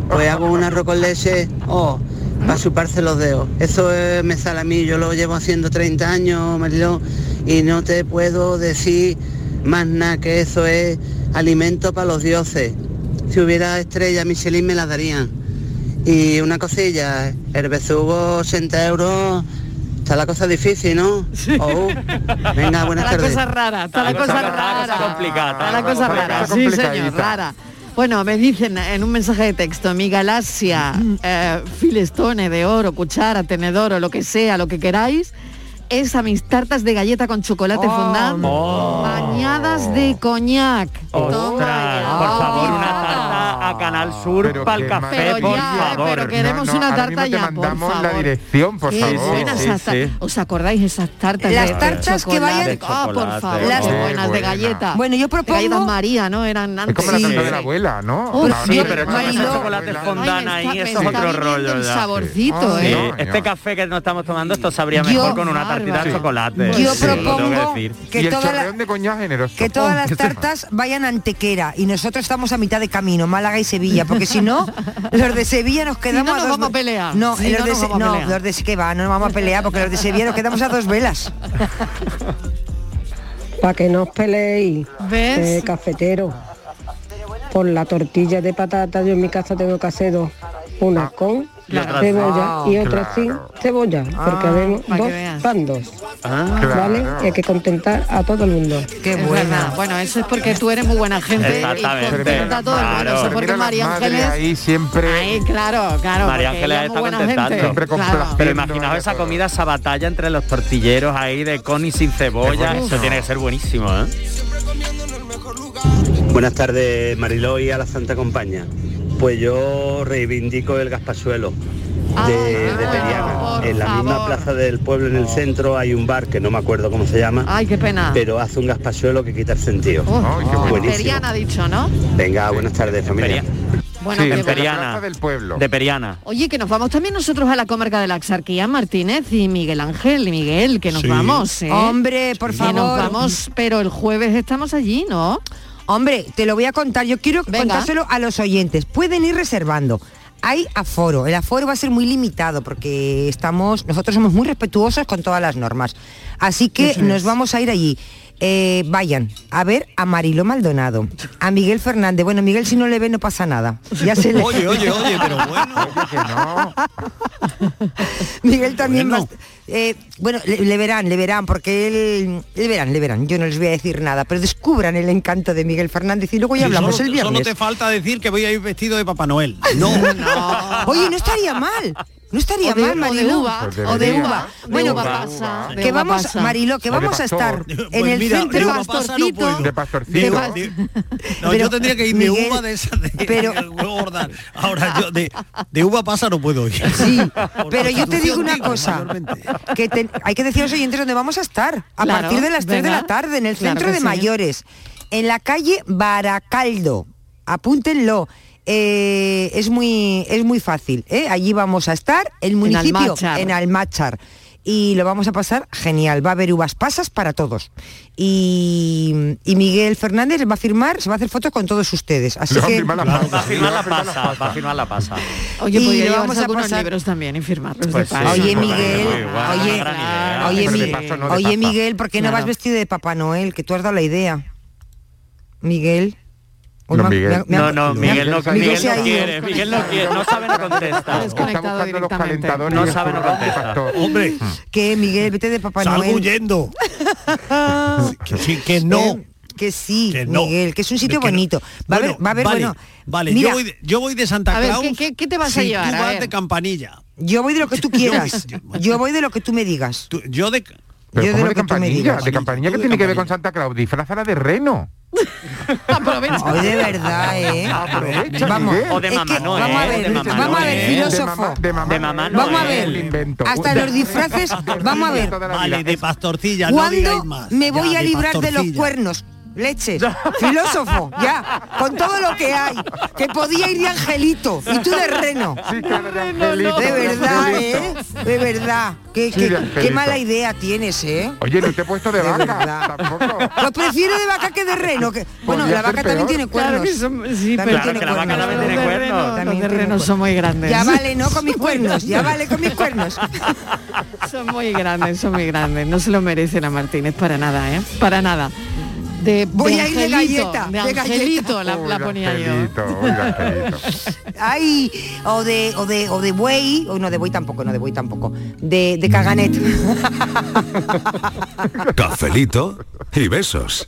Speaker 25: Pues hago un arroz con leche o para chuparse los dedos. Eso eh, me sale a mí, yo lo llevo haciendo 30 años, Mariló, y no te puedo decir más nada que eso es alimento para los dioses. Si hubiera estrella Michelin me la darían. Y una cosilla, el besugo 80 euros, está la cosa difícil, ¿no? Oh, venga, buenas
Speaker 2: Está la
Speaker 25: tardes.
Speaker 2: cosa rara, está la cosa rara. Está la cosa rara, sí señor, rara. Bueno, me dicen en un mensaje de texto, mi galaxia, eh, filestone de oro, cuchara, tenedor o lo que sea, lo que queráis, es a mis tartas de galleta con chocolate
Speaker 14: Oh,
Speaker 2: fondant, bañadas de coñac.
Speaker 14: Oh,
Speaker 9: Ostras, por favor, una tarta a Canal Sur para el café, por favor.
Speaker 2: eh, Pero queremos una tarta ya, por favor.
Speaker 14: La dirección, por
Speaker 2: Qué
Speaker 14: favor.
Speaker 2: buenas esas tar- ¿Os acordáis esas tartas?
Speaker 15: Las
Speaker 2: de
Speaker 15: tartas que
Speaker 2: chocolate?
Speaker 15: vayan-
Speaker 2: Ah, por
Speaker 14: De
Speaker 2: favor,
Speaker 14: chocolate,
Speaker 2: qué
Speaker 14: buena.
Speaker 2: buenas de galleta.
Speaker 15: Bueno, yo
Speaker 2: De
Speaker 15: propongo-
Speaker 2: galletas María, ¿no? Eran
Speaker 14: Es
Speaker 2: antes.
Speaker 14: como la
Speaker 2: Sí.
Speaker 14: tarta de la abuela, ¿no?
Speaker 2: Oh,
Speaker 14: La
Speaker 2: sí,
Speaker 14: tarta
Speaker 2: pero
Speaker 14: de la
Speaker 2: con
Speaker 14: abuela.
Speaker 2: esos
Speaker 9: chocolates
Speaker 2: fondant
Speaker 9: ahí,
Speaker 2: me
Speaker 9: eso es
Speaker 2: está
Speaker 9: otro
Speaker 2: viniendo
Speaker 9: rollo
Speaker 2: un
Speaker 9: ya.
Speaker 2: saborcito,
Speaker 9: Sí,
Speaker 2: ¿eh?
Speaker 9: Este café que nos estamos tomando, esto sabría mejor con una tartita de chocolate.
Speaker 15: Yo
Speaker 9: Sí, lo tengo
Speaker 15: propongo
Speaker 9: decir.
Speaker 15: que Y el toda la- chorreón
Speaker 14: de coñac generoso.
Speaker 15: Que
Speaker 2: Oh,
Speaker 15: todas las tartas vayan a Antequera y nosotros estamos a mitad de camino, Málaga y Sevilla, porque si no, los de Sevilla nos quedamos
Speaker 2: no,
Speaker 15: a
Speaker 2: nos
Speaker 15: dos
Speaker 2: vamos a
Speaker 15: ve-
Speaker 2: pelear.
Speaker 15: No,
Speaker 2: Sí,
Speaker 15: los
Speaker 2: no
Speaker 15: de
Speaker 2: nos
Speaker 15: Se-
Speaker 2: vamos a
Speaker 15: no,
Speaker 2: pelear.
Speaker 15: los de Se- que va, no nos vamos a pelear porque los de Sevilla nos quedamos a dos velas.
Speaker 24: Para que no os peleéis,
Speaker 2: ¿Ves?
Speaker 24: eh, cafetero. Por la tortilla de patata, yo en mi casa tengo que hacer dos. Una con
Speaker 26: y otra sin.
Speaker 24: cebolla y otra
Speaker 26: Ah,
Speaker 24: sin cebolla, porque
Speaker 26: Ah,
Speaker 24: vemos
Speaker 2: pa' que
Speaker 24: dos
Speaker 2: veas.
Speaker 24: bandos.
Speaker 14: Ah,
Speaker 2: Ah,
Speaker 26: claro.
Speaker 24: ¿Vale? Y hay que contentar a todo el mundo.
Speaker 2: Qué buena. Bueno, eso es porque tú eres muy buena gente y
Speaker 14: Exactamente.
Speaker 2: contenta a todo el mundo.
Speaker 14: Claro.
Speaker 2: Eso porque
Speaker 14: Mira las
Speaker 2: María
Speaker 14: madres
Speaker 2: Ángeles...
Speaker 14: ahí siempre-
Speaker 2: Ahí, claro, claro. porque
Speaker 9: María Ángeles
Speaker 2: ella es
Speaker 9: está
Speaker 2: muy buena
Speaker 9: contestando.
Speaker 2: gente. Claro.
Speaker 9: Pero imaginaos esa comida, esa batalla entre los tortilleros ahí de con y sin cebolla.
Speaker 10: Uf.
Speaker 9: Eso tiene que ser buenísimo, ¿eh?
Speaker 10: Buenas tardes, Mariló y a la Santa Compañía. Pues yo reivindico el gaspachuelo
Speaker 2: Ah,
Speaker 10: de,
Speaker 27: Ah.
Speaker 10: de Periana. en la misma plaza del pueblo, en el centro, hay un bar que no me acuerdo cómo se llama,
Speaker 2: Ay, qué pena.
Speaker 10: pero hace un gaspachuelo que quita el sentido.
Speaker 2: Oh,
Speaker 10: Buenísimo.
Speaker 2: Periana ha dicho, ¿no?
Speaker 10: Venga, buenas tardes, familia.
Speaker 2: Bueno,
Speaker 14: sí,
Speaker 2: qué
Speaker 14: en
Speaker 2: bueno.
Speaker 14: Periana. Plaza del pueblo.
Speaker 3: De Periana.
Speaker 2: Oye, que nos vamos también nosotros a la comarca de la Axarquía, Martínez y Miguel Ángel y Miguel, que nos
Speaker 3: Sí.
Speaker 2: vamos, ¿eh?
Speaker 15: Hombre, por
Speaker 2: Que nos
Speaker 15: favor.
Speaker 2: vamos, pero el jueves estamos allí, ¿no?
Speaker 15: Hombre, te lo voy a contar. Yo quiero contárselo a los oyentes. Pueden ir reservando. Hay aforo. El aforo va a ser muy limitado porque estamos, nosotros somos muy respetuosos con todas las normas. Así que
Speaker 24: Eso es.
Speaker 15: nos vamos a ir allí. Eh, vayan a ver a Marilo Maldonado, a Miguel Fernández. Bueno, Miguel si no le ve no pasa nada. Ya se le-
Speaker 11: Oye, oye, oye, pero bueno.
Speaker 15: Miguel también va a- eh, bueno, le, le verán, le verán, porque él... Le verán, le verán. Yo no les voy a decir nada, pero descubran el encanto de Miguel Fernández y luego ya hablamos
Speaker 11: solo,
Speaker 15: el viernes.
Speaker 11: solo te falta decir que voy a ir vestido de Papá Noel. No,
Speaker 15: Oye, no estaría mal. No estaría
Speaker 2: O de-
Speaker 15: mal,
Speaker 2: o de
Speaker 15: Mariló.
Speaker 2: uva, Pues o de debería. uva. De
Speaker 15: Bueno,
Speaker 2: uva pasa, de
Speaker 15: que
Speaker 2: uva
Speaker 15: vamos,
Speaker 2: pasa.
Speaker 15: Mariló, que
Speaker 11: O de
Speaker 15: vamos a
Speaker 11: pastor.
Speaker 15: estar
Speaker 11: Pues
Speaker 15: en el
Speaker 11: mira, de
Speaker 15: centro
Speaker 11: uva pasa no puedo. De pastorcito.
Speaker 14: De
Speaker 11: va-
Speaker 14: pastorcito.
Speaker 11: no,
Speaker 15: Pero,
Speaker 11: yo tendría que ir de
Speaker 15: Miguel,
Speaker 11: uva de esa de,
Speaker 15: pero-
Speaker 11: de gorda. Ahora yo de, de uva pasa no puedo ir.
Speaker 15: Sí, Pero yo te digo una cosa, que te- hay que decir a los oyentes dónde vamos a estar, a
Speaker 11: Claro,
Speaker 15: partir de las 3 de
Speaker 11: venga.
Speaker 15: la tarde, en el
Speaker 11: Claro
Speaker 15: centro
Speaker 11: que
Speaker 15: de
Speaker 11: sí.
Speaker 15: mayores, en la calle Baracaldo, apúntenlo, eh, es, muy, es muy fácil, ¿eh? allí vamos a estar, el municipio,
Speaker 2: Almáchar.
Speaker 15: en Almáchar. Y lo vamos a pasar genial. Va a haber uvas pasas para todos. Y, y Miguel Fernández va a firmar, se va a hacer fotos con todos ustedes. Así
Speaker 3: Va a
Speaker 15: que
Speaker 3: firmar la pasa, va a firmar la pasa, va a firmar la pasa.
Speaker 2: Oye,
Speaker 11: pues
Speaker 15: Y
Speaker 2: podría
Speaker 15: le
Speaker 2: llevarse
Speaker 15: vamos a
Speaker 2: algunos
Speaker 15: pasar-
Speaker 2: libros también y firmarlos de
Speaker 3: Pues sí,
Speaker 2: paso.
Speaker 3: Oye,
Speaker 15: Oye,
Speaker 3: Pues
Speaker 15: Miguel,
Speaker 3: vale, guau,
Speaker 15: oye,
Speaker 3: gran idea. ¿eh?
Speaker 15: oye,
Speaker 3: Ah, Pero de
Speaker 15: Mi-
Speaker 3: paso, no de
Speaker 15: oye,
Speaker 3: papa.
Speaker 15: Miguel, ¿por qué no vas
Speaker 3: Claro.
Speaker 15: vestido de Papá Noel? Que tú has dado la idea. Miguel. Hoy
Speaker 3: No,
Speaker 15: me ha-
Speaker 3: Miguel.
Speaker 15: me ha- me ha-
Speaker 3: No, no,
Speaker 15: me ha-
Speaker 3: Miguel no- Miguel
Speaker 15: se ha
Speaker 3: no
Speaker 15: ido.
Speaker 3: quiere, Miguel no quiere, no sabe, no contesta.
Speaker 14: Está buscando los calentadores.
Speaker 3: No
Speaker 14: y el
Speaker 3: sabe, no
Speaker 14: turrón de
Speaker 3: contesta.
Speaker 14: pastor.
Speaker 11: Hombre,
Speaker 15: Que Miguel, vete de Papá
Speaker 11: salgo
Speaker 15: Noel.
Speaker 11: huyendo. Que sí, que no.
Speaker 15: Que sí,
Speaker 11: Que no.
Speaker 15: Miguel, que es un sitio
Speaker 11: Que no.
Speaker 15: bonito. Va a haber, va a haber,
Speaker 11: vale,
Speaker 15: bueno.
Speaker 11: vale,
Speaker 15: mira,
Speaker 11: yo voy de, yo voy de Santa
Speaker 15: A ver,
Speaker 11: Claus.
Speaker 15: ¿qué- qué- qué te vas a
Speaker 11: si
Speaker 15: llevar?
Speaker 11: Tú
Speaker 15: A
Speaker 11: vas
Speaker 15: ver.
Speaker 11: de campanilla.
Speaker 15: yo voy de lo que tú quieras. Yo voy de lo que tú me digas.
Speaker 11: Yo de
Speaker 14: Pero
Speaker 15: yo de lo que
Speaker 14: ¿cómo de
Speaker 15: tú me
Speaker 14: campanilla,
Speaker 15: digas.
Speaker 14: de campanilla que tiene que ver con Santa Claus, disfrázala de reno.
Speaker 15: Ay, de verdad, ¿eh?
Speaker 14: Aprovecha,
Speaker 15: Vamos,
Speaker 14: Miguel.
Speaker 3: O de
Speaker 14: es
Speaker 3: mamá
Speaker 14: que-
Speaker 3: no,
Speaker 14: vamos a
Speaker 3: ¿eh?
Speaker 14: ver,
Speaker 3: De mamá
Speaker 14: vamos a
Speaker 3: no,
Speaker 14: ver,
Speaker 3: ¿eh?
Speaker 14: filósofo.
Speaker 3: De mamá, de mamá no,
Speaker 15: Vamos a
Speaker 3: ¿eh?
Speaker 15: ver.
Speaker 3: El invento.
Speaker 15: Hasta
Speaker 3: Un-
Speaker 15: los disfraces, vamos a ver.
Speaker 11: Vale, de pastorcilla, no digáis
Speaker 15: ¿Cuándo
Speaker 11: más.
Speaker 15: me voy
Speaker 11: Ya,
Speaker 15: a
Speaker 11: de
Speaker 15: librar de los
Speaker 11: pastorcilla.
Speaker 15: cuernos? Leches, filósofo, ya, con todo lo que hay, que podía ir de angelito y tú de reno.
Speaker 14: angelito,
Speaker 15: de
Speaker 14: de
Speaker 15: verdad, ¿eh?
Speaker 14: angelito.
Speaker 15: De verdad. Qué,
Speaker 14: Sí,
Speaker 15: qué-
Speaker 14: de
Speaker 15: qué
Speaker 14: angelito.
Speaker 15: mala idea tienes, ¿eh?
Speaker 14: Oye, no te he puesto de vaca.
Speaker 15: Lo prefiero de vaca que de reno. Que, bueno, la
Speaker 14: Podría
Speaker 15: vaca
Speaker 14: ser
Speaker 15: también
Speaker 14: peor.
Speaker 15: tiene cuernos.
Speaker 2: Claro que son-
Speaker 15: También
Speaker 2: sí, pero
Speaker 15: tiene
Speaker 2: que la vaca
Speaker 15: cuernos.
Speaker 2: también tiene Los de cuernos. reno-
Speaker 15: También
Speaker 2: los de
Speaker 15: tiene
Speaker 2: reno son muy grandes.
Speaker 15: Ya vale, ¿no? Con mis cuernos, ya vale con mis cuernos.
Speaker 2: Son muy grandes, son muy grandes. No se lo merecen a Martínez para nada, ¿eh? Para nada. De,
Speaker 15: Voy
Speaker 2: de
Speaker 15: a ir de
Speaker 2: angelito,
Speaker 15: galleta,
Speaker 2: de
Speaker 15: de galleta.
Speaker 2: angelito la, la
Speaker 14: Uy,
Speaker 2: ponía yo.
Speaker 14: Angelito, uy, Angelito.
Speaker 15: Ay, o de, o de, o de buey, o no de buey tampoco, no de buey tampoco, de, de caganet.
Speaker 14: Oh,
Speaker 22: Cafelito y besos.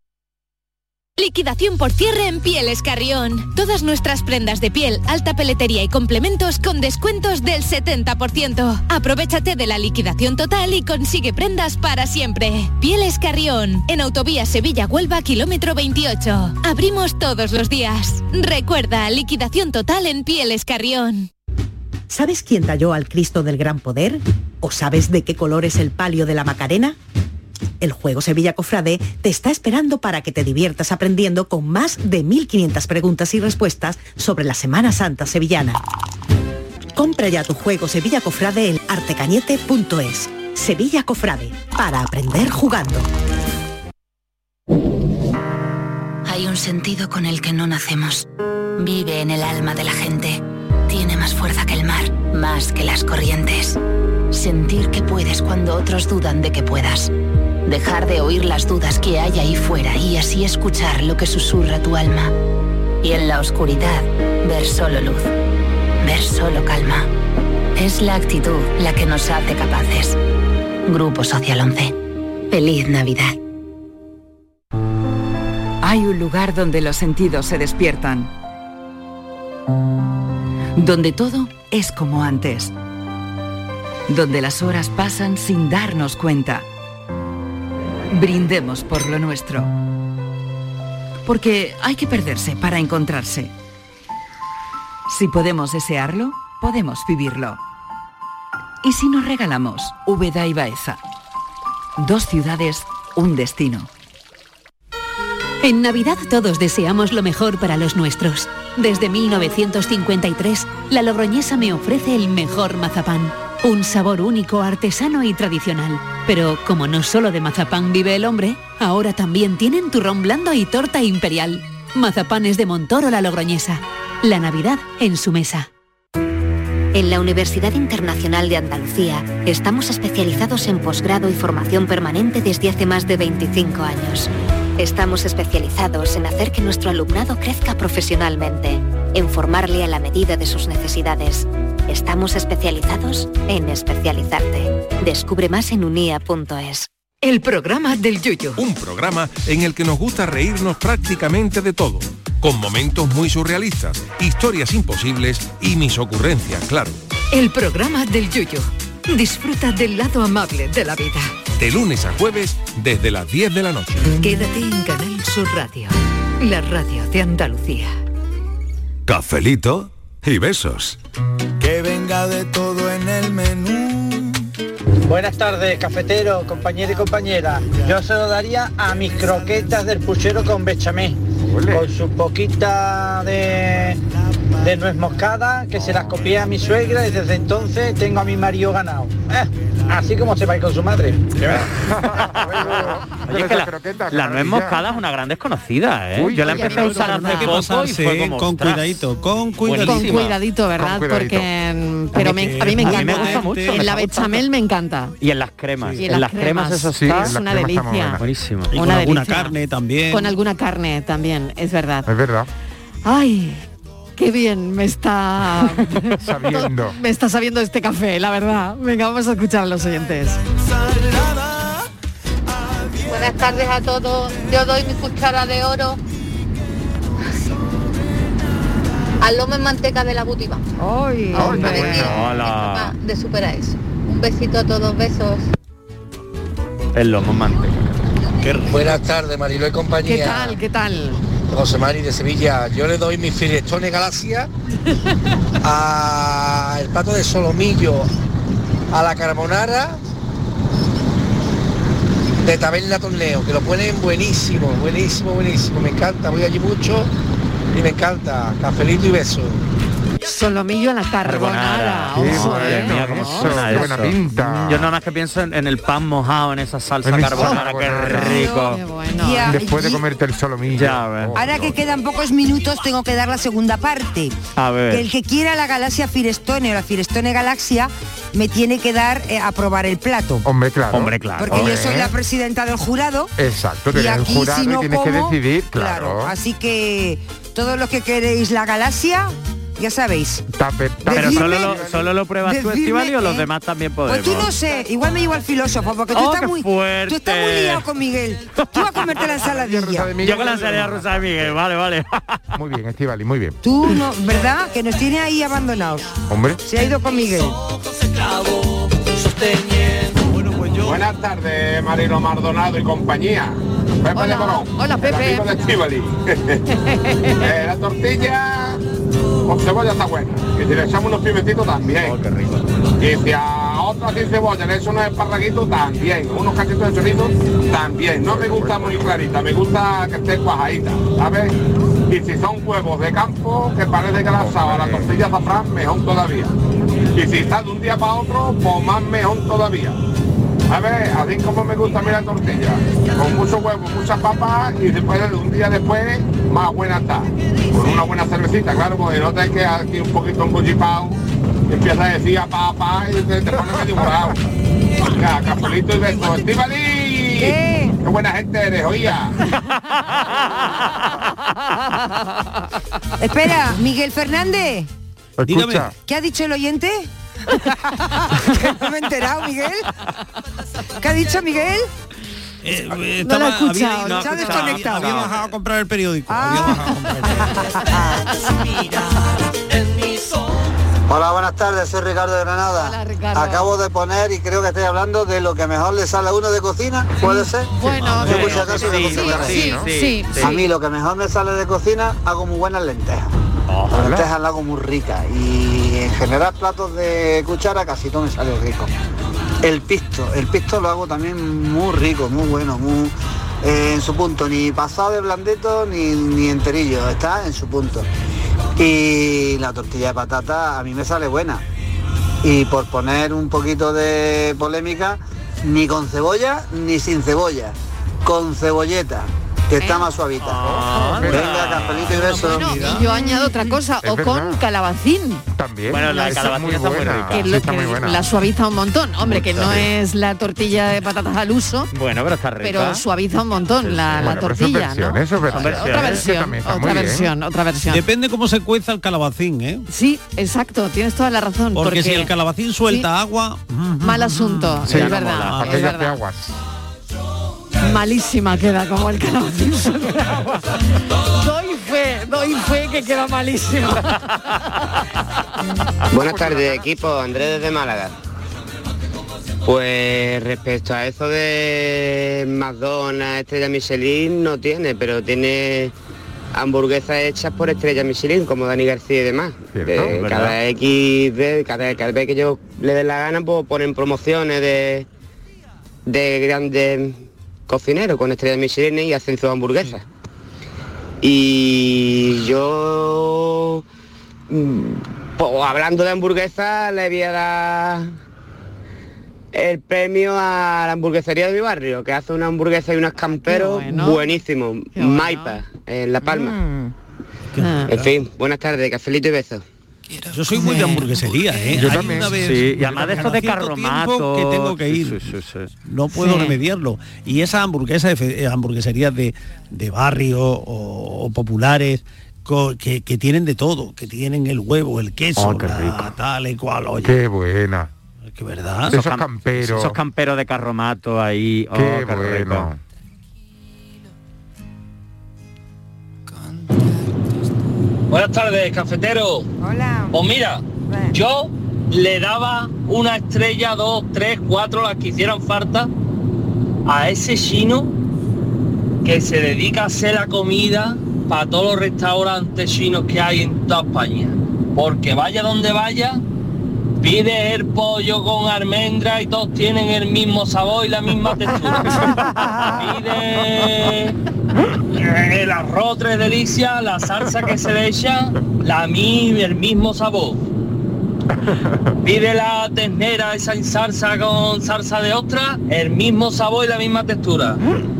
Speaker 13: Liquidación por cierre en Pieles Carrión. Todas nuestras prendas de piel, alta peletería y complementos con descuentos del 70%. Aprovechate de la liquidación total y consigue prendas para siempre. Pieles Carrión, en Autovía Sevilla-Huelva, kilómetro 28. Abrimos todos los días. Recuerda, liquidación total en Pieles Carrión.
Speaker 28: ¿Sabes quién talló al Cristo del Gran Poder? ¿O sabes de qué color es el palio de la Macarena? El juego Sevilla Cofrade te está esperando para que te diviertas aprendiendo con más de 1.500 preguntas y respuestas sobre la Semana Santa sevillana. Compra ya tu juego Sevilla Cofrade en artecañete.es. Sevilla Cofrade, para aprender jugando.
Speaker 29: Hay un sentido con el que no nacemos. Vive en el alma de la gente. Tiene más fuerza que el mar, más que las corrientes. Sentir que puedes cuando otros dudan de que puedas. Dejar de oír las dudas que hay ahí fuera y así escuchar lo que susurra tu alma.
Speaker 30: y en la oscuridad ver solo luz, ver solo calma. Es la actitud la que nos hace capaces. Grupo Social 11. Feliz Navidad.
Speaker 31: Hay un lugar donde los sentidos se despiertan. Donde todo es como antes. Donde las horas pasan sin darnos cuenta. Brindemos por lo nuestro. Porque hay que perderse para encontrarse. Si podemos desearlo, podemos vivirlo. Y si nos regalamos Úbeda y Baeza. Dos ciudades, un destino.
Speaker 13: En Navidad todos deseamos lo mejor para los nuestros. Desde 1953, la Logroñesa me ofrece el mejor mazapán. Un sabor único, artesano y tradicional. Pero como no solo de mazapán vive el hombre, ahora también tienen turrón blando y torta imperial. Mazapanes de Montoro la Logroñesa. La Navidad en su mesa.
Speaker 32: En la Universidad Internacional de Andalucía estamos especializados en posgrado y formación permanente desde hace más de 25 años. Estamos especializados en hacer que nuestro alumnado crezca profesionalmente, en formarle a la medida de sus necesidades. Estamos especializados en especializarte. Descubre más en unia.es.
Speaker 33: El programa del Yuyo.
Speaker 22: Un programa en el que nos gusta reírnos prácticamente de todo, con momentos muy surrealistas, historias imposibles y mis ocurrencias, claro.
Speaker 33: El programa del Yuyo. Disfruta del lado amable de la vida.
Speaker 22: De lunes a jueves desde las 10 de la noche.
Speaker 33: Quédate en Canal Sur Radio, la radio de Andalucía.
Speaker 34: Cafelito y besos.
Speaker 35: Que venga de todo en el menú.
Speaker 27: Buenas tardes, cafetero, compañero y compañera. Yo se lo daría a mis croquetas del puchero con bechamé. Con su poquita de, de nuez moscada, que se las copié a mi suegra y desde entonces tengo a mi marido ganado. Eh, así como se va a ir con su madre. de verdad.
Speaker 9: Oye, es que la, la nuez moscada es una gran desconocida, ¿eh?
Speaker 11: Uy,
Speaker 9: Yo la
Speaker 11: oye,
Speaker 9: empecé a
Speaker 11: pero
Speaker 9: usar
Speaker 11: hay
Speaker 9: hace
Speaker 11: que
Speaker 9: poco y
Speaker 11: pasarse,
Speaker 9: fue
Speaker 11: ¿eh?
Speaker 9: como...
Speaker 11: Con
Speaker 9: ostras.
Speaker 11: cuidadito, con cuidadito.
Speaker 2: Con cuidadito, ¿verdad?
Speaker 9: Con cuidadito.
Speaker 2: Porque, mm, pero me- a mí me
Speaker 9: A mí
Speaker 2: encanta.
Speaker 9: me gusta
Speaker 2: ¿eh?
Speaker 9: mucho, me
Speaker 2: En la
Speaker 9: gusta
Speaker 2: bechamel me encanta.
Speaker 9: Y en las cremas.
Speaker 2: Sí,
Speaker 9: en las cremas, eso sí,
Speaker 2: está,
Speaker 9: en
Speaker 2: es
Speaker 9: las
Speaker 2: una
Speaker 9: cremas está muy
Speaker 2: delicia.
Speaker 9: buena. Buenísimo.
Speaker 11: Y con
Speaker 2: Una
Speaker 11: alguna
Speaker 2: delicia.
Speaker 11: carne también.
Speaker 2: Con alguna carne también, es verdad.
Speaker 14: Es verdad.
Speaker 2: Ay, qué bien me está
Speaker 14: Sabiendo.
Speaker 2: me está sabiendo este café, la verdad. Venga, vamos a escuchar a los oyentes.
Speaker 36: Buenas tardes a todos. Yo doy mi cuchara de oro al lomo en manteca de la butiva.
Speaker 2: Ay,
Speaker 36: para
Speaker 9: Bueno,
Speaker 36: que
Speaker 9: hola.
Speaker 36: capaz de superar eso. Un besito a todos, besos.
Speaker 9: El lomo en manteca.
Speaker 37: Buenas tardes, Mariló y compañía.
Speaker 2: ¿Qué tal? ¿Qué tal?
Speaker 37: José Mari de Sevilla. Yo le doy mis filetones galaxia a el plato de solomillo, a la carbonara de Taberna Torneo, que lo ponen buenísimo, buenísimo, buenísimo. Me encanta, voy allí mucho y me encanta. Cafelito y beso.
Speaker 2: Solomillo a la carbonara.
Speaker 9: Sí,
Speaker 2: ojo,
Speaker 9: madre
Speaker 2: ¿eh?
Speaker 9: mía, cómo suena
Speaker 14: qué buena
Speaker 9: eso.
Speaker 14: pinta.
Speaker 9: Yo nada más que pienso en, en el pan mojado, en esa salsa
Speaker 14: En esa
Speaker 9: carbonara, qué
Speaker 14: carbonara.
Speaker 9: rico.
Speaker 15: Y a-
Speaker 14: Después de
Speaker 15: y-
Speaker 14: comerte el solomillo.
Speaker 15: Ahora que quedan pocos minutos, tengo que dar la segunda parte.
Speaker 14: A ver.
Speaker 15: Que el que quiera la galaxia Firestone o la Firestone Galaxia me tiene que dar eh, a probar el plato.
Speaker 14: Hombre, claro. Hombre, claro.
Speaker 15: Porque yo soy la presidenta del jurado.
Speaker 14: Exacto,
Speaker 15: y
Speaker 14: tienes el
Speaker 15: aquí
Speaker 14: jurado
Speaker 15: si no
Speaker 14: y tienes
Speaker 15: como,
Speaker 14: que decidir, claro.
Speaker 15: Así que todos los que queréis la galaxia, ya sabéis.
Speaker 9: Pero
Speaker 15: Decidme-
Speaker 9: solo lo, solo lo pruebas tú,
Speaker 15: decidme
Speaker 9: Estivali, o los
Speaker 15: que-
Speaker 9: demás también
Speaker 15: Pues
Speaker 9: podemos.
Speaker 15: tú no sé, igual me llevo al filósofo, porque tú,
Speaker 9: Oh,
Speaker 15: estás
Speaker 9: qué
Speaker 15: muy,
Speaker 9: fuerte.
Speaker 15: tú estás muy liado con Miguel. Tú vas a comerte la ensaladilla.
Speaker 9: Yo con la salida rusa de Miguel, vale, vale.
Speaker 14: Muy bien, Estivali, muy bien.
Speaker 15: Tú no, ¿verdad? Que nos tiene ahí abandonados.
Speaker 14: Hombre.
Speaker 15: Se ha ido con Miguel.
Speaker 38: Buenas tardes, Marino Mardonado y compañía. Pepe de Morón.
Speaker 2: Hola,
Speaker 38: El
Speaker 2: Pepe.
Speaker 38: amigo de Estíbaliz. Eh, la tortilla con cebolla está buena. Y si le echamos unos pimentitos también. Y si a otra sin cebolla le echo unos esparraguitos también. Unos cachitos de chorizo también. No me gusta muy clarita, me gusta que esté cuajadita, ¿sabes? Y si son huevos de campo, que parece que la asaba, la tortilla de azafrán, mejor todavía. Y si está de un día para otro, pues más mejor todavía. A ver, así como me gusta a mí la tortilla, con mucho huevo, muchas papas y después un día después más buena está. Con una buena cervecita, claro, porque no te que aquí un poquito encochipado, empieza a decir a papá y te, te pones medio morado. Ya, cafelito y besos. ¡Estíbaliz!
Speaker 15: ¿Qué?
Speaker 38: Qué buena gente eres, oía.
Speaker 15: Espera, Miguel Fernández.
Speaker 38: Dígame.
Speaker 15: ¿Qué ha dicho el oyente? Que no me he enterado, Miguel. ¿Qué ha dicho Miguel?
Speaker 11: Eh, eh,
Speaker 15: No lo he
Speaker 11: estaba- había-
Speaker 15: escuchado,
Speaker 11: había-
Speaker 15: se ha
Speaker 11: había-
Speaker 15: desconectado.
Speaker 11: Había bajado a comprar el periódico.
Speaker 15: Ah,
Speaker 16: Hola, buenas tardes, soy Ricardo de Granada. Acabo de poner y creo que estoy hablando de lo que mejor le sale a uno de cocina, ¿puede ser?
Speaker 2: Mm. Bueno,
Speaker 16: Yo por si acaso de
Speaker 2: sí,
Speaker 16: cocina
Speaker 2: sí,
Speaker 16: también, ¿no?
Speaker 2: sí, sí,
Speaker 16: A
Speaker 2: sí.
Speaker 16: mí lo que mejor me sale de cocina, hago muy buenas lentejas. Las lentejas las hago muy ricas y en general platos de cuchara casi todo me sale rico. El pisto, el pisto lo hago también muy rico, muy bueno, muy eh, en su punto, ni pasado de blandito ni, ni enterillo, está en su punto. Y la tortilla de patata a mí me sale buena. Y por poner un poquito de polémica, ni con cebolla ni sin cebolla, con cebolleta, que
Speaker 2: ¿Eh?
Speaker 16: está más suavita. Venga, cafelito y besos.
Speaker 2: Ah,
Speaker 9: ¿Ah?
Speaker 2: Y yo añado otra cosa,
Speaker 16: Es
Speaker 2: o con
Speaker 16: verdad.
Speaker 2: calabacín.
Speaker 16: También.
Speaker 9: Bueno, la
Speaker 16: Esa es
Speaker 9: calabacín Ah, está muy rica.
Speaker 2: Que, lo- que la suaviza un montón. Hombre, que no
Speaker 9: Mucho.
Speaker 2: es la tortilla de patatas al uso,
Speaker 9: Bueno, pero está rica.
Speaker 2: pero suaviza un montón la, la
Speaker 9: Bueno, pero eso es
Speaker 2: tortilla, ¿no?
Speaker 9: versión, ¿eh? eso es versión.
Speaker 2: Otra- Otra
Speaker 9: Es que
Speaker 2: versión,
Speaker 9: también está
Speaker 2: otra
Speaker 9: muy bien. ¿eh?
Speaker 2: versión, otra versión.
Speaker 11: Depende cómo se cueza el calabacín, ¿eh?
Speaker 2: Sí, exacto, tienes toda la razón.
Speaker 11: Porque, si el calabacín suelta
Speaker 2: Sí.
Speaker 11: agua, mm,
Speaker 2: Mal asunto,
Speaker 11: Sí,
Speaker 2: es
Speaker 11: no
Speaker 2: verdad.
Speaker 11: mola.
Speaker 2: es
Speaker 11: Aquellas
Speaker 2: verdad.
Speaker 11: de
Speaker 14: aguas.
Speaker 2: Malísima queda como el calabacín suelta agua. Doy fe, doy fe que queda malísima.
Speaker 18: Buenas tardes, equipo. Andrés desde Málaga. Pues respecto a eso de McDonald's, Estrella Michelin, no tiene, pero tiene hamburguesas hechas por Estrella Michelin, como Dani García y demás. Eh,
Speaker 20: ¿verdad?
Speaker 18: cada X, de- cada, cada vez que ellos le den la gana, pues ponen promociones de, de grandes cocineros con Estrella Michelin y hacen sus hamburguesas. Y yo Mm, pues, hablando de hamburguesa, le voy a dar el premio a la hamburguesería de mi barrio, que hace una hamburguesa y unos camperos buenísimos. Maipa, en La Palma. En fin, buenas tardes, cafelito y besos.
Speaker 11: yo soy muy de hamburguesería, ¿eh?
Speaker 18: Yo
Speaker 11: Hay
Speaker 18: también.
Speaker 11: una vez-
Speaker 18: Sí, y además de
Speaker 11: cada
Speaker 18: estos de
Speaker 11: cierto tiempo
Speaker 18: carromato,
Speaker 11: Que tengo que
Speaker 9: sí,
Speaker 11: ir. No puedo
Speaker 9: Sí.
Speaker 11: remediarlo. Y esas hamburguesas, de fe- eh, hamburgueserías de, de barrio o, o populares, co- que, que tienen de todo, que tienen el huevo, el queso,
Speaker 14: Oh, qué
Speaker 11: la
Speaker 14: rico.
Speaker 11: tal y cual. Oye,
Speaker 14: Qué buena.
Speaker 11: que verdad.
Speaker 9: Esos
Speaker 11: Esos
Speaker 9: cam- Esos camperos de carromato ahí. Oh,
Speaker 14: Qué
Speaker 9: qué,
Speaker 14: bueno.
Speaker 9: rico.
Speaker 39: Buenas tardes, cafetero.
Speaker 15: Hola.
Speaker 39: Pues mira, yo le daba una estrella, dos, tres, cuatro, las que hicieran falta a ese chino que se dedica a hacer la comida para todos los restaurantes chinos que hay en toda España. Porque vaya donde vaya, pide el pollo con almendra y todos tienen el mismo sabor y la misma textura. Pide eh, el arroz tres delicias, la salsa que se le echa, la mi- el mismo sabor. Pide la ternera esa en salsa con salsa de ostra, el mismo sabor y la misma textura.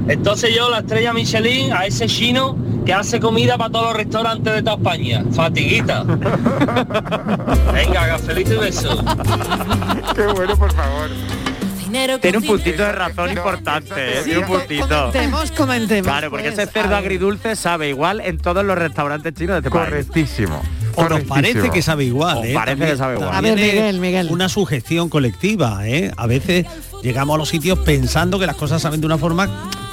Speaker 39: Entonces yo la estrella Michelin a ese chino que hace comida para todos los restaurantes de toda España. Fatiguita. Venga, cafelito y beso.
Speaker 14: Qué bueno, por favor. Este,
Speaker 9: Tiene un puntito de razón importante, ¿eh? Tiene un puntito.
Speaker 2: Comentemos, comentemos.
Speaker 9: Claro, porque ese cerdo agridulce sabe igual en todos los restaurantes chinos de este
Speaker 14: Correctísimo.
Speaker 11: O nos parece que sabe igual,
Speaker 9: O
Speaker 11: ¿eh?
Speaker 9: Pues parece
Speaker 11: También-
Speaker 9: que sabe igual.
Speaker 11: también
Speaker 9: A ver,
Speaker 11: es
Speaker 9: Miguel,
Speaker 11: Una sugestión colectiva, ¿eh? A veces llegamos a los sitios pensando que las cosas saben de una forma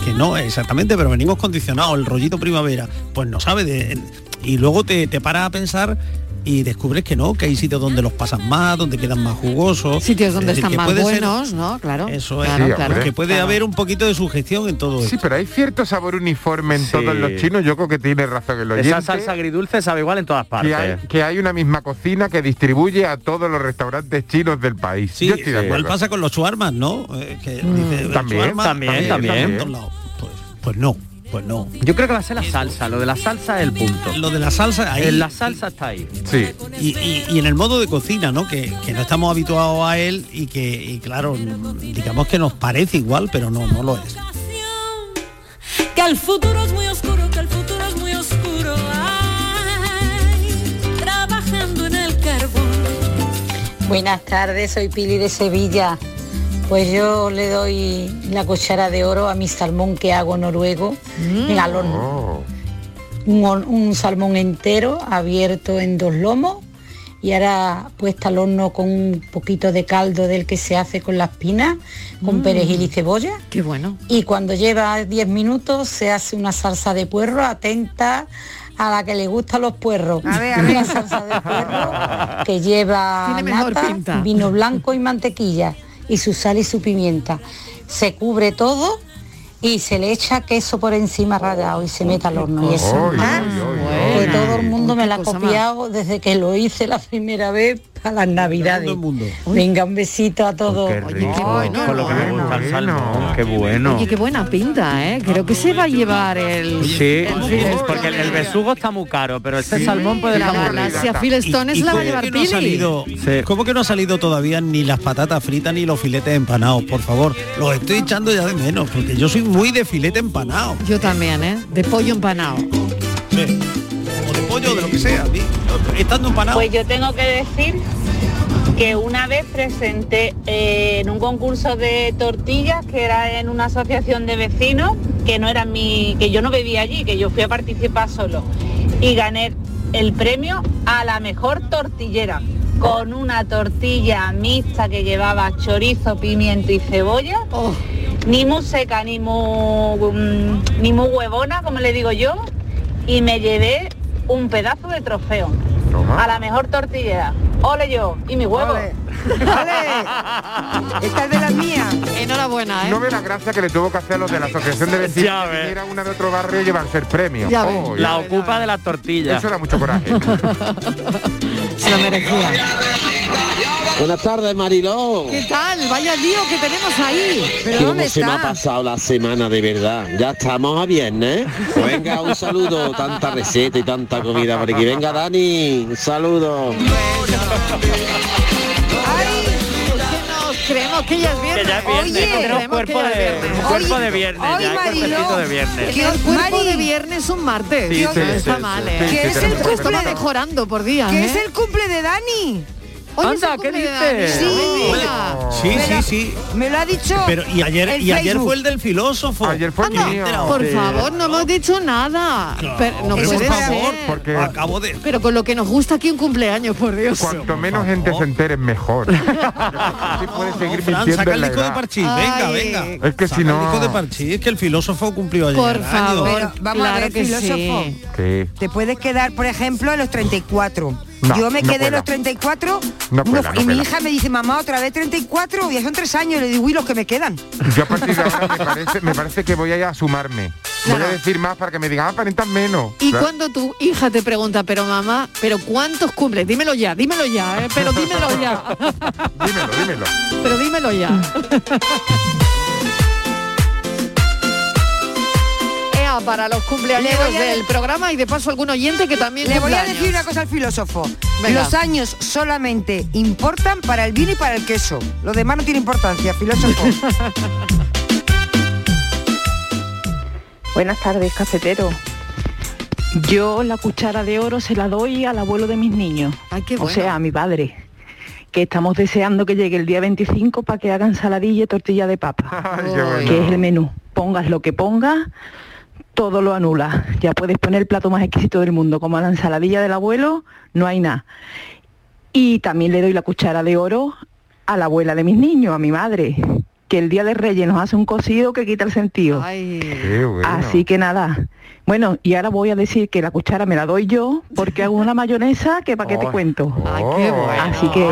Speaker 11: que no exactamente, pero venimos condicionados, el rollito primavera, pues no sabe de... Y luego te, te paras a pensar y descubres que no, que hay sitios donde los pasan más, donde quedan más jugosos.
Speaker 2: Sitios
Speaker 11: Es
Speaker 2: donde
Speaker 11: decir,
Speaker 2: están
Speaker 11: que
Speaker 2: más
Speaker 11: puede ser-
Speaker 2: buenos, ¿no? Claro.
Speaker 11: eso es,
Speaker 2: claro, claro,
Speaker 11: que puede
Speaker 2: claro.
Speaker 11: haber un poquito de sugestión en todo
Speaker 14: Sí,
Speaker 11: esto.
Speaker 14: pero hay cierto sabor uniforme en todos los chinos. Yo creo que tiene razón el oyente.
Speaker 9: Esa salsa agridulce sabe igual en todas
Speaker 14: que
Speaker 9: partes.
Speaker 14: hay, que hay una misma cocina que distribuye a todos los restaurantes chinos del país.
Speaker 11: Sí, eh,
Speaker 14: Yo estoy de
Speaker 11: igual
Speaker 14: acuerdo. Mm.
Speaker 11: pasa con los chuarmas, ¿no? Eh, que dice, el
Speaker 9: También,
Speaker 11: shawarma,
Speaker 9: también,
Speaker 11: eh,
Speaker 9: también.
Speaker 11: está en todos lados. Pues, pues no, pues no.
Speaker 9: Yo creo que va a ser la salsa, lo de la salsa es el punto.
Speaker 11: Lo de la salsa ahí.
Speaker 9: En la salsa está ahí.
Speaker 14: Sí.
Speaker 11: Y, y- y en el modo de cocina, ¿no? Que, que no estamos habituados a él y que, y claro, digamos que nos parece igual, pero no, no lo es.
Speaker 19: Que el futuro es muy oscuro, que el futuro es muy oscuro. Ay, trabajando en el carbón.
Speaker 23: Buenas tardes, soy Pili de Sevilla.
Speaker 40: Pues yo le doy la cuchara de oro a mi salmón que hago noruego
Speaker 2: Mm.
Speaker 40: en al
Speaker 2: Oh.
Speaker 40: horno. Un, hor- un salmón entero abierto en dos lomos y ahora puesta al horno con un poquito de caldo del que se hace con las pinas, con
Speaker 2: Mm.
Speaker 40: perejil y cebolla.
Speaker 2: Qué bueno.
Speaker 40: Y cuando lleva 10 minutos se hace una salsa de puerro atenta a la que le gustan los puerros. Una salsa de puerro que lleva
Speaker 2: Tiene mejor
Speaker 40: nata,
Speaker 2: pinta.
Speaker 40: vino blanco y mantequilla y su sal y su pimienta. Se cubre todo y se le echa queso por encima rallado y se mete
Speaker 2: Oh,
Speaker 40: al horno. Y eso ah, que todo el mundo me la ha copiado desde que lo hice la primera vez para las navidades. Venga, un besito a todos.
Speaker 9: Con lo que me gusta el salmón, qué bueno.
Speaker 2: Oye, qué buena pinta, ¿eh? Creo que se va a llevar el...
Speaker 9: Sí, porque el, el besugo está muy caro, pero este salmón puede
Speaker 2: La
Speaker 9: estar muy rico.
Speaker 2: galaxia Phil Stone es la va a llevar
Speaker 11: que no ha
Speaker 2: Pili.
Speaker 11: salido, ¿Cómo que no ha salido todavía ni las patatas fritas ni los filetes empanados? Por favor, los estoy echando ya de menos, porque yo soy muy de filete empanado.
Speaker 2: Yo también, ¿eh? De pollo empanado.
Speaker 11: Sí. O de pollo, de lo que sea. a mí, Estando empanado.
Speaker 13: Pues yo tengo que decir que una vez presenté eh, en un concurso de tortillas que era en una asociación de vecinos que no era mi que yo no vivía allí que yo fui a participar solo y gané el premio a la mejor tortillera con una tortilla mixta que llevaba chorizo, pimiento y cebolla ni muy seca ni muy mm, ni muy huevona como le digo yo y me llevé un pedazo de trofeo
Speaker 31: Toma.
Speaker 13: a la mejor tortillera. Ole yo y mi huevo.
Speaker 15: Esta es de las mías.
Speaker 2: Enhorabuena,
Speaker 13: Ah,
Speaker 2: ¿eh?
Speaker 14: No ve la gracia que le tuvo que hacer a los de la asociación de
Speaker 9: Ya
Speaker 14: vecinos
Speaker 9: ves.
Speaker 14: que era una de otro barrio a llevarse el premio.
Speaker 9: Ya ves.
Speaker 14: Oh,
Speaker 9: La
Speaker 14: ya.
Speaker 9: ocupa de las tortillas.
Speaker 14: Eso da mucho coraje.
Speaker 2: Se lo merecía.
Speaker 37: Buenas tardes, Mariló.
Speaker 2: ¿Qué tal? Vaya lío que tenemos ahí. ¿Pero
Speaker 37: ¿Cómo
Speaker 2: dónde
Speaker 37: se me ha
Speaker 2: está?
Speaker 37: pasado la semana de verdad? Ya estamos a viernes. Pues Venga, un saludo. Tanta receta y tanta comida por aquí. Venga, Dani, un saludo.
Speaker 2: Creemos que ya es viernes.
Speaker 9: Que ya es
Speaker 2: Oye,
Speaker 9: viernes, tenemos
Speaker 2: creemos
Speaker 9: cuerpo
Speaker 2: que ya es
Speaker 9: de-
Speaker 2: viernes.
Speaker 9: un cuerpo de viernes, ya, cuerpecito de viernes.
Speaker 2: Que el cuerpo de viernes un martes.
Speaker 9: Sí,
Speaker 2: Dios,
Speaker 9: sí,
Speaker 2: no
Speaker 9: sí,
Speaker 2: está
Speaker 9: sí,
Speaker 2: mal,
Speaker 9: sí,
Speaker 2: ¿eh?
Speaker 9: sí,
Speaker 2: que es
Speaker 9: sí,
Speaker 2: el
Speaker 9: tenemos
Speaker 2: cumple
Speaker 9: cuerpo.
Speaker 2: de Jorando por día, ¿eh?
Speaker 15: Que es el cumple de Dani.
Speaker 2: Anda, ¿qué dices?
Speaker 15: Sí,
Speaker 11: Sí, sí, sí.
Speaker 15: me lo ha dicho.
Speaker 11: Pero y ayer
Speaker 15: el
Speaker 11: y ayer
Speaker 15: Facebook.
Speaker 11: fue el del filósofo. Ah, Ayer fue
Speaker 2: Por favor, no hemos dicho nada. Pero no
Speaker 11: Eso,
Speaker 2: puede
Speaker 11: por favor,
Speaker 2: ser.
Speaker 14: Porque
Speaker 11: acabo de
Speaker 2: Pero con lo que nos gusta aquí un cumpleaños, por Dios.
Speaker 14: cuanto menos gente se entere es mejor. Así puedes seguir
Speaker 11: Fran,
Speaker 14: mintiendo
Speaker 11: saca
Speaker 14: en
Speaker 11: el
Speaker 14: la
Speaker 11: disco de
Speaker 14: edad.
Speaker 11: Parchís, venga,
Speaker 2: Ay.
Speaker 11: venga.
Speaker 14: Es que
Speaker 11: Saca
Speaker 14: si no-
Speaker 11: El disco de Parchís, es que el filósofo cumplió ayer.
Speaker 15: Por
Speaker 11: años.
Speaker 15: favor, Pero vamos a claro ver, que filósofo. sí.
Speaker 14: Sí.
Speaker 15: Te puedes quedar, por ejemplo, a los 34.
Speaker 14: No,
Speaker 15: Yo me
Speaker 14: no
Speaker 15: quedé a
Speaker 14: cuela.
Speaker 15: los 34
Speaker 14: No cuela,
Speaker 15: y
Speaker 14: no
Speaker 15: mi
Speaker 14: cuela.
Speaker 15: hija me dice, mamá, otra vez 34, ya son tres años. Le digo, uy, los que me quedan.
Speaker 14: Yo a partir de ahora me parece, me parece que voy a ir a sumarme. Voy a decir más para que me digan, "Ah, aparentas menos.
Speaker 2: Y
Speaker 14: Claro.
Speaker 2: cuando tu hija te pregunta, pero mamá, pero ¿cuántos cumples? Dímelo ya, dímelo ya, ¿eh? pero dímelo ya,
Speaker 14: Dímelo, dímelo.
Speaker 2: pero dímelo ya. Ea, para los cumpleaños
Speaker 15: Le voy a-
Speaker 2: del programa y de paso algún oyente que también
Speaker 15: Le voy a
Speaker 2: cumpleaños.
Speaker 15: decir una cosa al filósofo.
Speaker 2: Venga.
Speaker 15: Los años solamente importan para el vino y para el queso. Lo demás no tiene importancia, filósofo.
Speaker 25: Buenas tardes, cafetero. Yo la cuchara de oro se la doy al abuelo de mis niños, o
Speaker 31: Ah,
Speaker 2: bueno.
Speaker 25: sea, a mi padre, que estamos deseando que llegue el día 25 para que hagan saladilla y tortilla de papa,
Speaker 31: qué bueno.
Speaker 25: que es el menú. Pongas lo que pongas, todo lo anula. Ya puedes poner el plato más exquisito del mundo, como la ensaladilla del abuelo, no hay nada. Y también le doy la cuchara de oro a la abuela de mis niños, a mi madre, que el día de Reyes nos hace un cocido que quita el sentido. Así que nada. Bueno, y ahora voy a decir que la cuchara me la doy yo porque hago una mayonesa que para qué te cuento.
Speaker 2: Oh.
Speaker 25: Así que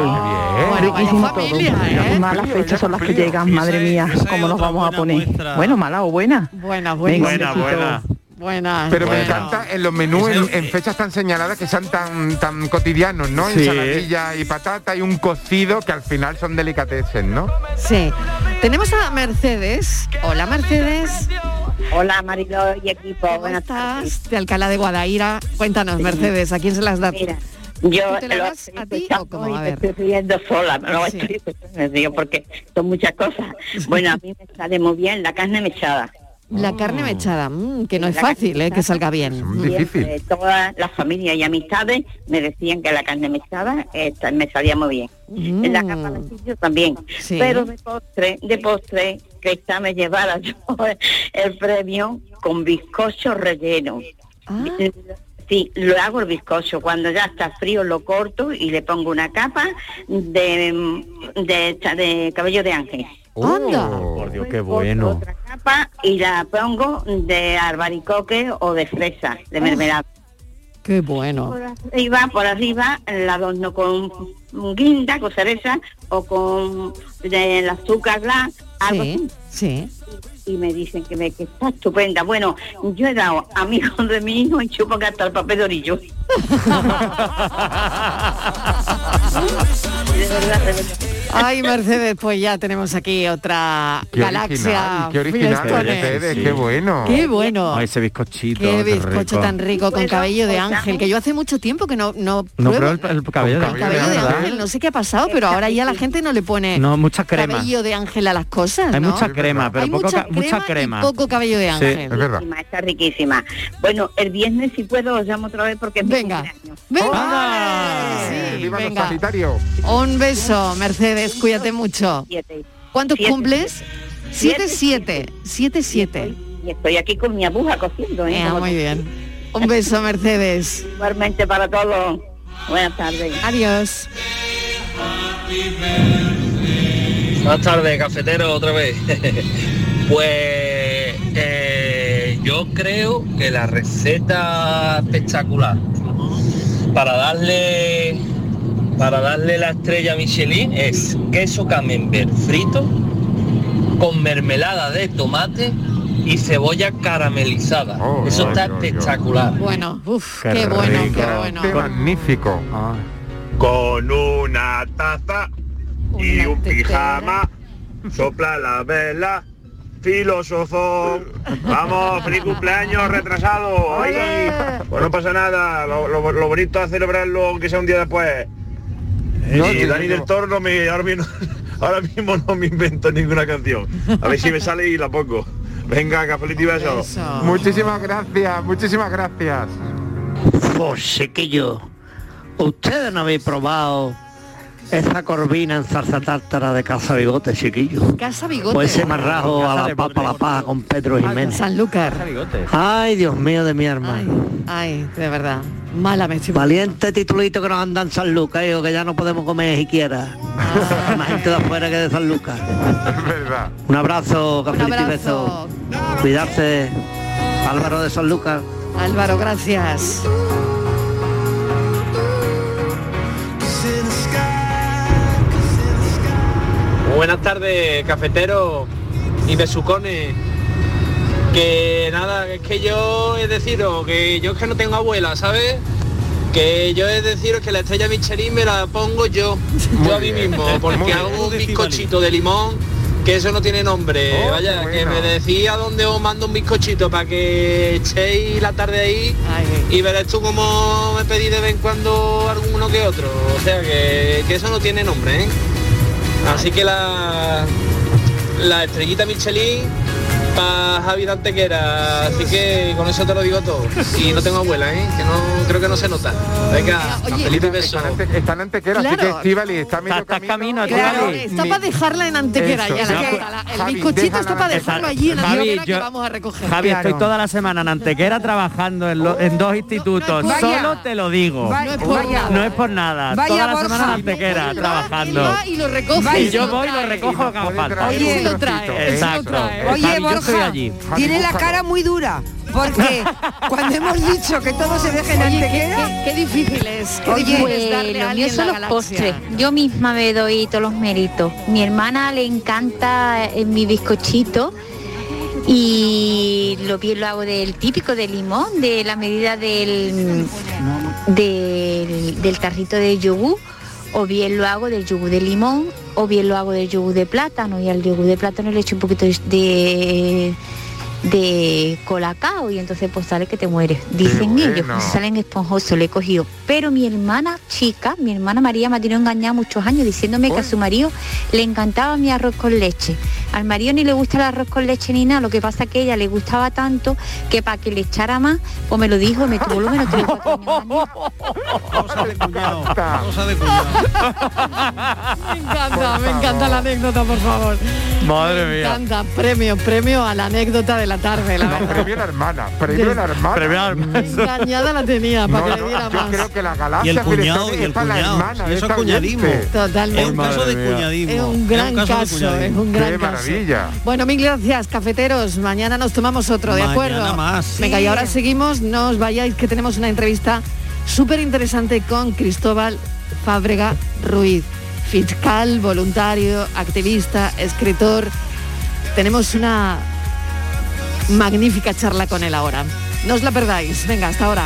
Speaker 25: riquísimo todo. Malas fechas son las que llegan, madre mía, cómo nos vamos a poner. Bueno, mala o buena.
Speaker 2: Buena,
Speaker 25: Venga,
Speaker 2: buena.
Speaker 14: un besito.
Speaker 2: Buena.
Speaker 14: Pero me
Speaker 2: buena.
Speaker 14: encanta en los menús, en, en fechas tan señaladas que sean tan tan cotidianos, ¿no?
Speaker 9: Sí.
Speaker 14: Ensaladilla y patata y un cocido que al final son delicateces, ¿no?
Speaker 2: Sí. Tenemos a Mercedes. Hola, Mercedes.
Speaker 26: Hola Mariló y equipo, buenas tardes.
Speaker 2: De Alcalá de Guadaira. Cuéntanos, Mercedes, ¿a quién se las das?
Speaker 26: Mira, Yo
Speaker 2: ¿Tú te la
Speaker 26: lo
Speaker 2: das
Speaker 26: estoy
Speaker 2: a ti o
Speaker 26: escuchando
Speaker 2: cómo?
Speaker 26: y
Speaker 2: A
Speaker 26: me
Speaker 2: ver.
Speaker 26: estoy riendo sola, me lo
Speaker 2: Sí.
Speaker 26: estoy escuchando, digo, porque son muchas cosas. Bueno, a mí me sale muy bien la carne mechada.
Speaker 9: Ah.
Speaker 2: La carne mechada, mm, que no es
Speaker 26: la carne
Speaker 2: fácil, eh, que salga bien.
Speaker 26: Siempre, todas las familias y amistades me decían que la carne mechada eh, ta- me salía muy bien. En la
Speaker 2: Mm,
Speaker 26: capa de sitio también.
Speaker 2: Sí.
Speaker 26: Pero de postre, de postre, que esta me llevara yo el premio con bizcocho relleno. Sí, lo hago el bizcocho. Cuando ya está frío lo corto y le pongo una capa de, de, de cabello de ángel.
Speaker 9: Oh, por Dios, qué bueno.
Speaker 26: capa y la pongo de albaricoque o de fresa, de mermelada.
Speaker 2: Qué bueno.
Speaker 26: Por arriba, por arriba la adorno con guinda, con cereza o con el azúcar glas, algo así.
Speaker 2: Sí, sí.
Speaker 26: Y me dicen que, me, que está estupenda. Bueno, yo he dado amigos de mi hijo y chupo que hasta el papel de orillo. De verdad, de verdad.
Speaker 2: Ay, Mercedes, pues ya tenemos aquí otra galaxia.
Speaker 14: original, qué original
Speaker 2: Filestones.
Speaker 14: ustedes, qué bueno.
Speaker 2: Qué bueno.
Speaker 9: Ay, ese bizcochito.
Speaker 2: Qué bizcocho
Speaker 9: rico.
Speaker 2: tan rico con
Speaker 26: Bueno,
Speaker 2: cabello de
Speaker 26: pues,
Speaker 2: ángel, que yo hace mucho tiempo que no, no
Speaker 9: No,
Speaker 2: pruebo
Speaker 9: pero el, el cabello, El cabello
Speaker 2: cabello de ángel. No sé qué ha pasado, pero ahora ya la gente no le pone
Speaker 9: No, mucha crema.
Speaker 2: cabello de ángel a las cosas.
Speaker 9: Hay
Speaker 2: ¿no?
Speaker 9: mucha crema, pero
Speaker 2: Hay
Speaker 9: poco
Speaker 2: mucha
Speaker 9: ca- mucha crema.
Speaker 2: y poco cabello de
Speaker 9: Sí,
Speaker 2: ángel.
Speaker 9: es verdad.
Speaker 26: Riquísima, Está riquísima. Bueno, el viernes si puedo os llamo otra vez porque es Venga. mi cumpleaños.
Speaker 14: Eh, ¡Viva los
Speaker 2: venga.
Speaker 14: sanitarios!
Speaker 2: Un beso, Mercedes, cuídate mucho. ¿Cuántos
Speaker 26: Siete.
Speaker 2: cumples? 7 7 7 7.
Speaker 26: Y estoy aquí con mi aguja cosiendo, ¿eh?
Speaker 2: Ah,
Speaker 26: Como
Speaker 2: muy
Speaker 26: te-
Speaker 2: bien. Un beso, Mercedes.
Speaker 26: Igualmente para todos. Buenas tardes.
Speaker 2: Adiós.
Speaker 39: Buenas tardes, cafetero, otra vez. pues eh, yo creo que la receta espectacular para darle para darle la estrella a Michelin es queso camembert frito con mermelada de tomate y cebolla caramelizada. Eso
Speaker 14: oh,
Speaker 39: está
Speaker 14: oh, oh.
Speaker 39: espectacular.
Speaker 2: Bueno, uff,
Speaker 39: Qué qué bueno, qué
Speaker 14: rico. Ah.
Speaker 39: bueno.
Speaker 14: Qué magnífico.
Speaker 41: Con una taza y un pijama, sopla la vela, filósofo. Vamos, feliz cumpleaños retrasado. Ay, pues no pasa nada, lo, lo- lo bonito es celebrarlo aunque sea un día después.
Speaker 14: Eh, No,
Speaker 41: y
Speaker 14: sí,
Speaker 41: Dani
Speaker 14: no.
Speaker 41: del Toro no me, ahora, mismo, ahora mismo no me invento ninguna canción. A ver si me sale y la pongo. Venga, cafelito y besos.
Speaker 14: Muchísimas gracias, muchísimas gracias.
Speaker 17: José que yo, ustedes no habéis probado esa corvina en salsa tártara de Casa Bigote, chiquillo.
Speaker 2: Casa
Speaker 17: O
Speaker 2: Bigote.
Speaker 17: ese marrajo a la papa, la paja con Pedro Jiménez.
Speaker 2: Sanlúcar.
Speaker 17: Ay, Dios mío de mi alma.
Speaker 2: Ay, de verdad. Mala me estoy
Speaker 17: Valiente titulito que nos andan San Lucas, eh, hijo, que ya no podemos comer siquiera.
Speaker 2: Ah.
Speaker 17: Más gente de afuera que de San Lucas.
Speaker 14: verdad.
Speaker 17: Un abrazo, cafelito y beso. Cuidarse, Álvaro de San Lucas.
Speaker 2: Álvaro, gracias.
Speaker 39: Buenas tardes, cafetero y besucones. Que nada, es que yo he deciros que yo es que no tengo abuela, ¿sabes? Que yo he deciros que la estrella Michelin me la pongo yo, yo a mí mismo, porque hago un bizcochito de limón, que eso no tiene nombre.
Speaker 32: Oh,
Speaker 39: Vaya,
Speaker 32: qué
Speaker 39: que
Speaker 32: bueno.
Speaker 39: me decía dónde os mando un bizcochito para que echéis la tarde ahí y veréis tú cómo me pedí de vez en cuando alguno que otro. O sea que, que eso no tiene nombre, ¿eh? Así que la, la estrellita Michelin para Javi Dante que era. Así que con eso te lo digo todo. Y no tengo abuela, ¿eh? Que no creo que no se nota. Venga, cafelito y beso.
Speaker 14: Están antes que era, así que
Speaker 39: Claro.
Speaker 14: Estivali está medio camino.
Speaker 2: Claro, eh,
Speaker 14: Estíbaliz.
Speaker 2: está para dejarla en antequera
Speaker 14: Eso,
Speaker 2: ya, la
Speaker 14: ya,
Speaker 2: nota, la- El
Speaker 14: Javi,
Speaker 2: bizcochito está
Speaker 14: déjala
Speaker 2: para
Speaker 14: en antequera.
Speaker 2: dejarlo allí en
Speaker 9: Javi,
Speaker 2: antequera que
Speaker 9: yo-
Speaker 2: vamos a recoger.
Speaker 9: Javi,
Speaker 2: Claro.
Speaker 9: estoy toda la semana en Antequera trabajando en, lo- en dos institutos.
Speaker 2: no es por-
Speaker 9: Solo te lo digo.
Speaker 2: Vaya- No es por nada.
Speaker 9: No es por nada.
Speaker 2: Vaya,
Speaker 9: toda la
Speaker 2: Borja.
Speaker 9: semana en Antequera trabajando.
Speaker 2: Va Ah, y lo recoge.
Speaker 9: Y yo voy y lo recojo
Speaker 14: cada
Speaker 9: falta.
Speaker 15: Oye,
Speaker 9: Él se
Speaker 15: lo trae,
Speaker 9: Exacto.
Speaker 15: Oye,
Speaker 9: Javi, yo estoy
Speaker 15: Borja,
Speaker 9: allí.
Speaker 15: tiene la cara muy dura, porque cuando hemos dicho que todo se deja en
Speaker 2: Oye, qué-
Speaker 15: antequera...
Speaker 2: Qué difícil es. Qué
Speaker 15: Oye,
Speaker 2: difícil es darle a
Speaker 36: Bueno, yo
Speaker 2: alguien
Speaker 36: son
Speaker 2: la
Speaker 36: los
Speaker 2: galaxia.
Speaker 36: postres. Yo misma me doy todos los méritos. Mi hermana le encanta eh, mi bizcochito y lo bien lo hago del típico de limón, de la medida del, del, del tarrito de yogur, o bien lo hago del yogur de limón, o bien lo hago del yogur de plátano y al yogur de plátano le echo un poquito de de colacao y entonces pues sale que te mueres. Dicen ellos,
Speaker 42: bueno.
Speaker 36: salen esponjosos, le he cogido. Pero mi hermana chica, mi hermana María me ha tenido engañada muchos años diciéndome que a su marido le encantaba mi arroz con leche. Al marido ni le gusta el arroz con leche ni nada, lo que pasa que a ella le gustaba tanto que para que le echara más, pues me lo dijo, me tuvo lo menos tres o cuatro años más mío.
Speaker 2: Me encanta, me encanta la anécdota, por favor.
Speaker 9: Madre
Speaker 2: Me encanta, premio, premio a la anécdota de la tarde, la verdad.
Speaker 14: Premio a la hermana, premio a la hermana.
Speaker 9: Premio a la
Speaker 14: hermana.
Speaker 2: Engañada la tenía, para
Speaker 14: No,
Speaker 2: que
Speaker 14: no,
Speaker 2: le diera
Speaker 14: yo
Speaker 2: más.
Speaker 14: creo que la
Speaker 11: Y
Speaker 14: galaxia
Speaker 11: el cuñado,
Speaker 14: Filetón
Speaker 11: y el
Speaker 14: es para la
Speaker 11: cuñado.
Speaker 14: hermana.
Speaker 11: Si eso
Speaker 14: de
Speaker 11: es
Speaker 14: esta
Speaker 11: cuñadismo.
Speaker 14: oyente.
Speaker 2: Totalmente. Es un caso
Speaker 11: de Madre mía. cuñadismo.
Speaker 2: Es un gran caso, es un gran
Speaker 14: Qué
Speaker 2: caso.
Speaker 14: maravilla.
Speaker 2: Bueno, mil gracias, cafeteros. Mañana nos tomamos otro, ¿de
Speaker 11: Mañana
Speaker 2: acuerdo?
Speaker 11: más.
Speaker 2: Venga,
Speaker 11: Sí.
Speaker 2: y ahora seguimos, no os vayáis, que tenemos una entrevista súper interesante con Cristóbal Fábrega Ruiz, fiscal, voluntario, activista, escritor. Tenemos una magnífica charla con él ahora. No os la perdáis. Venga, hasta ahora.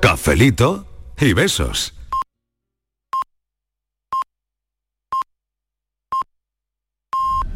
Speaker 3: Cafelito y besos.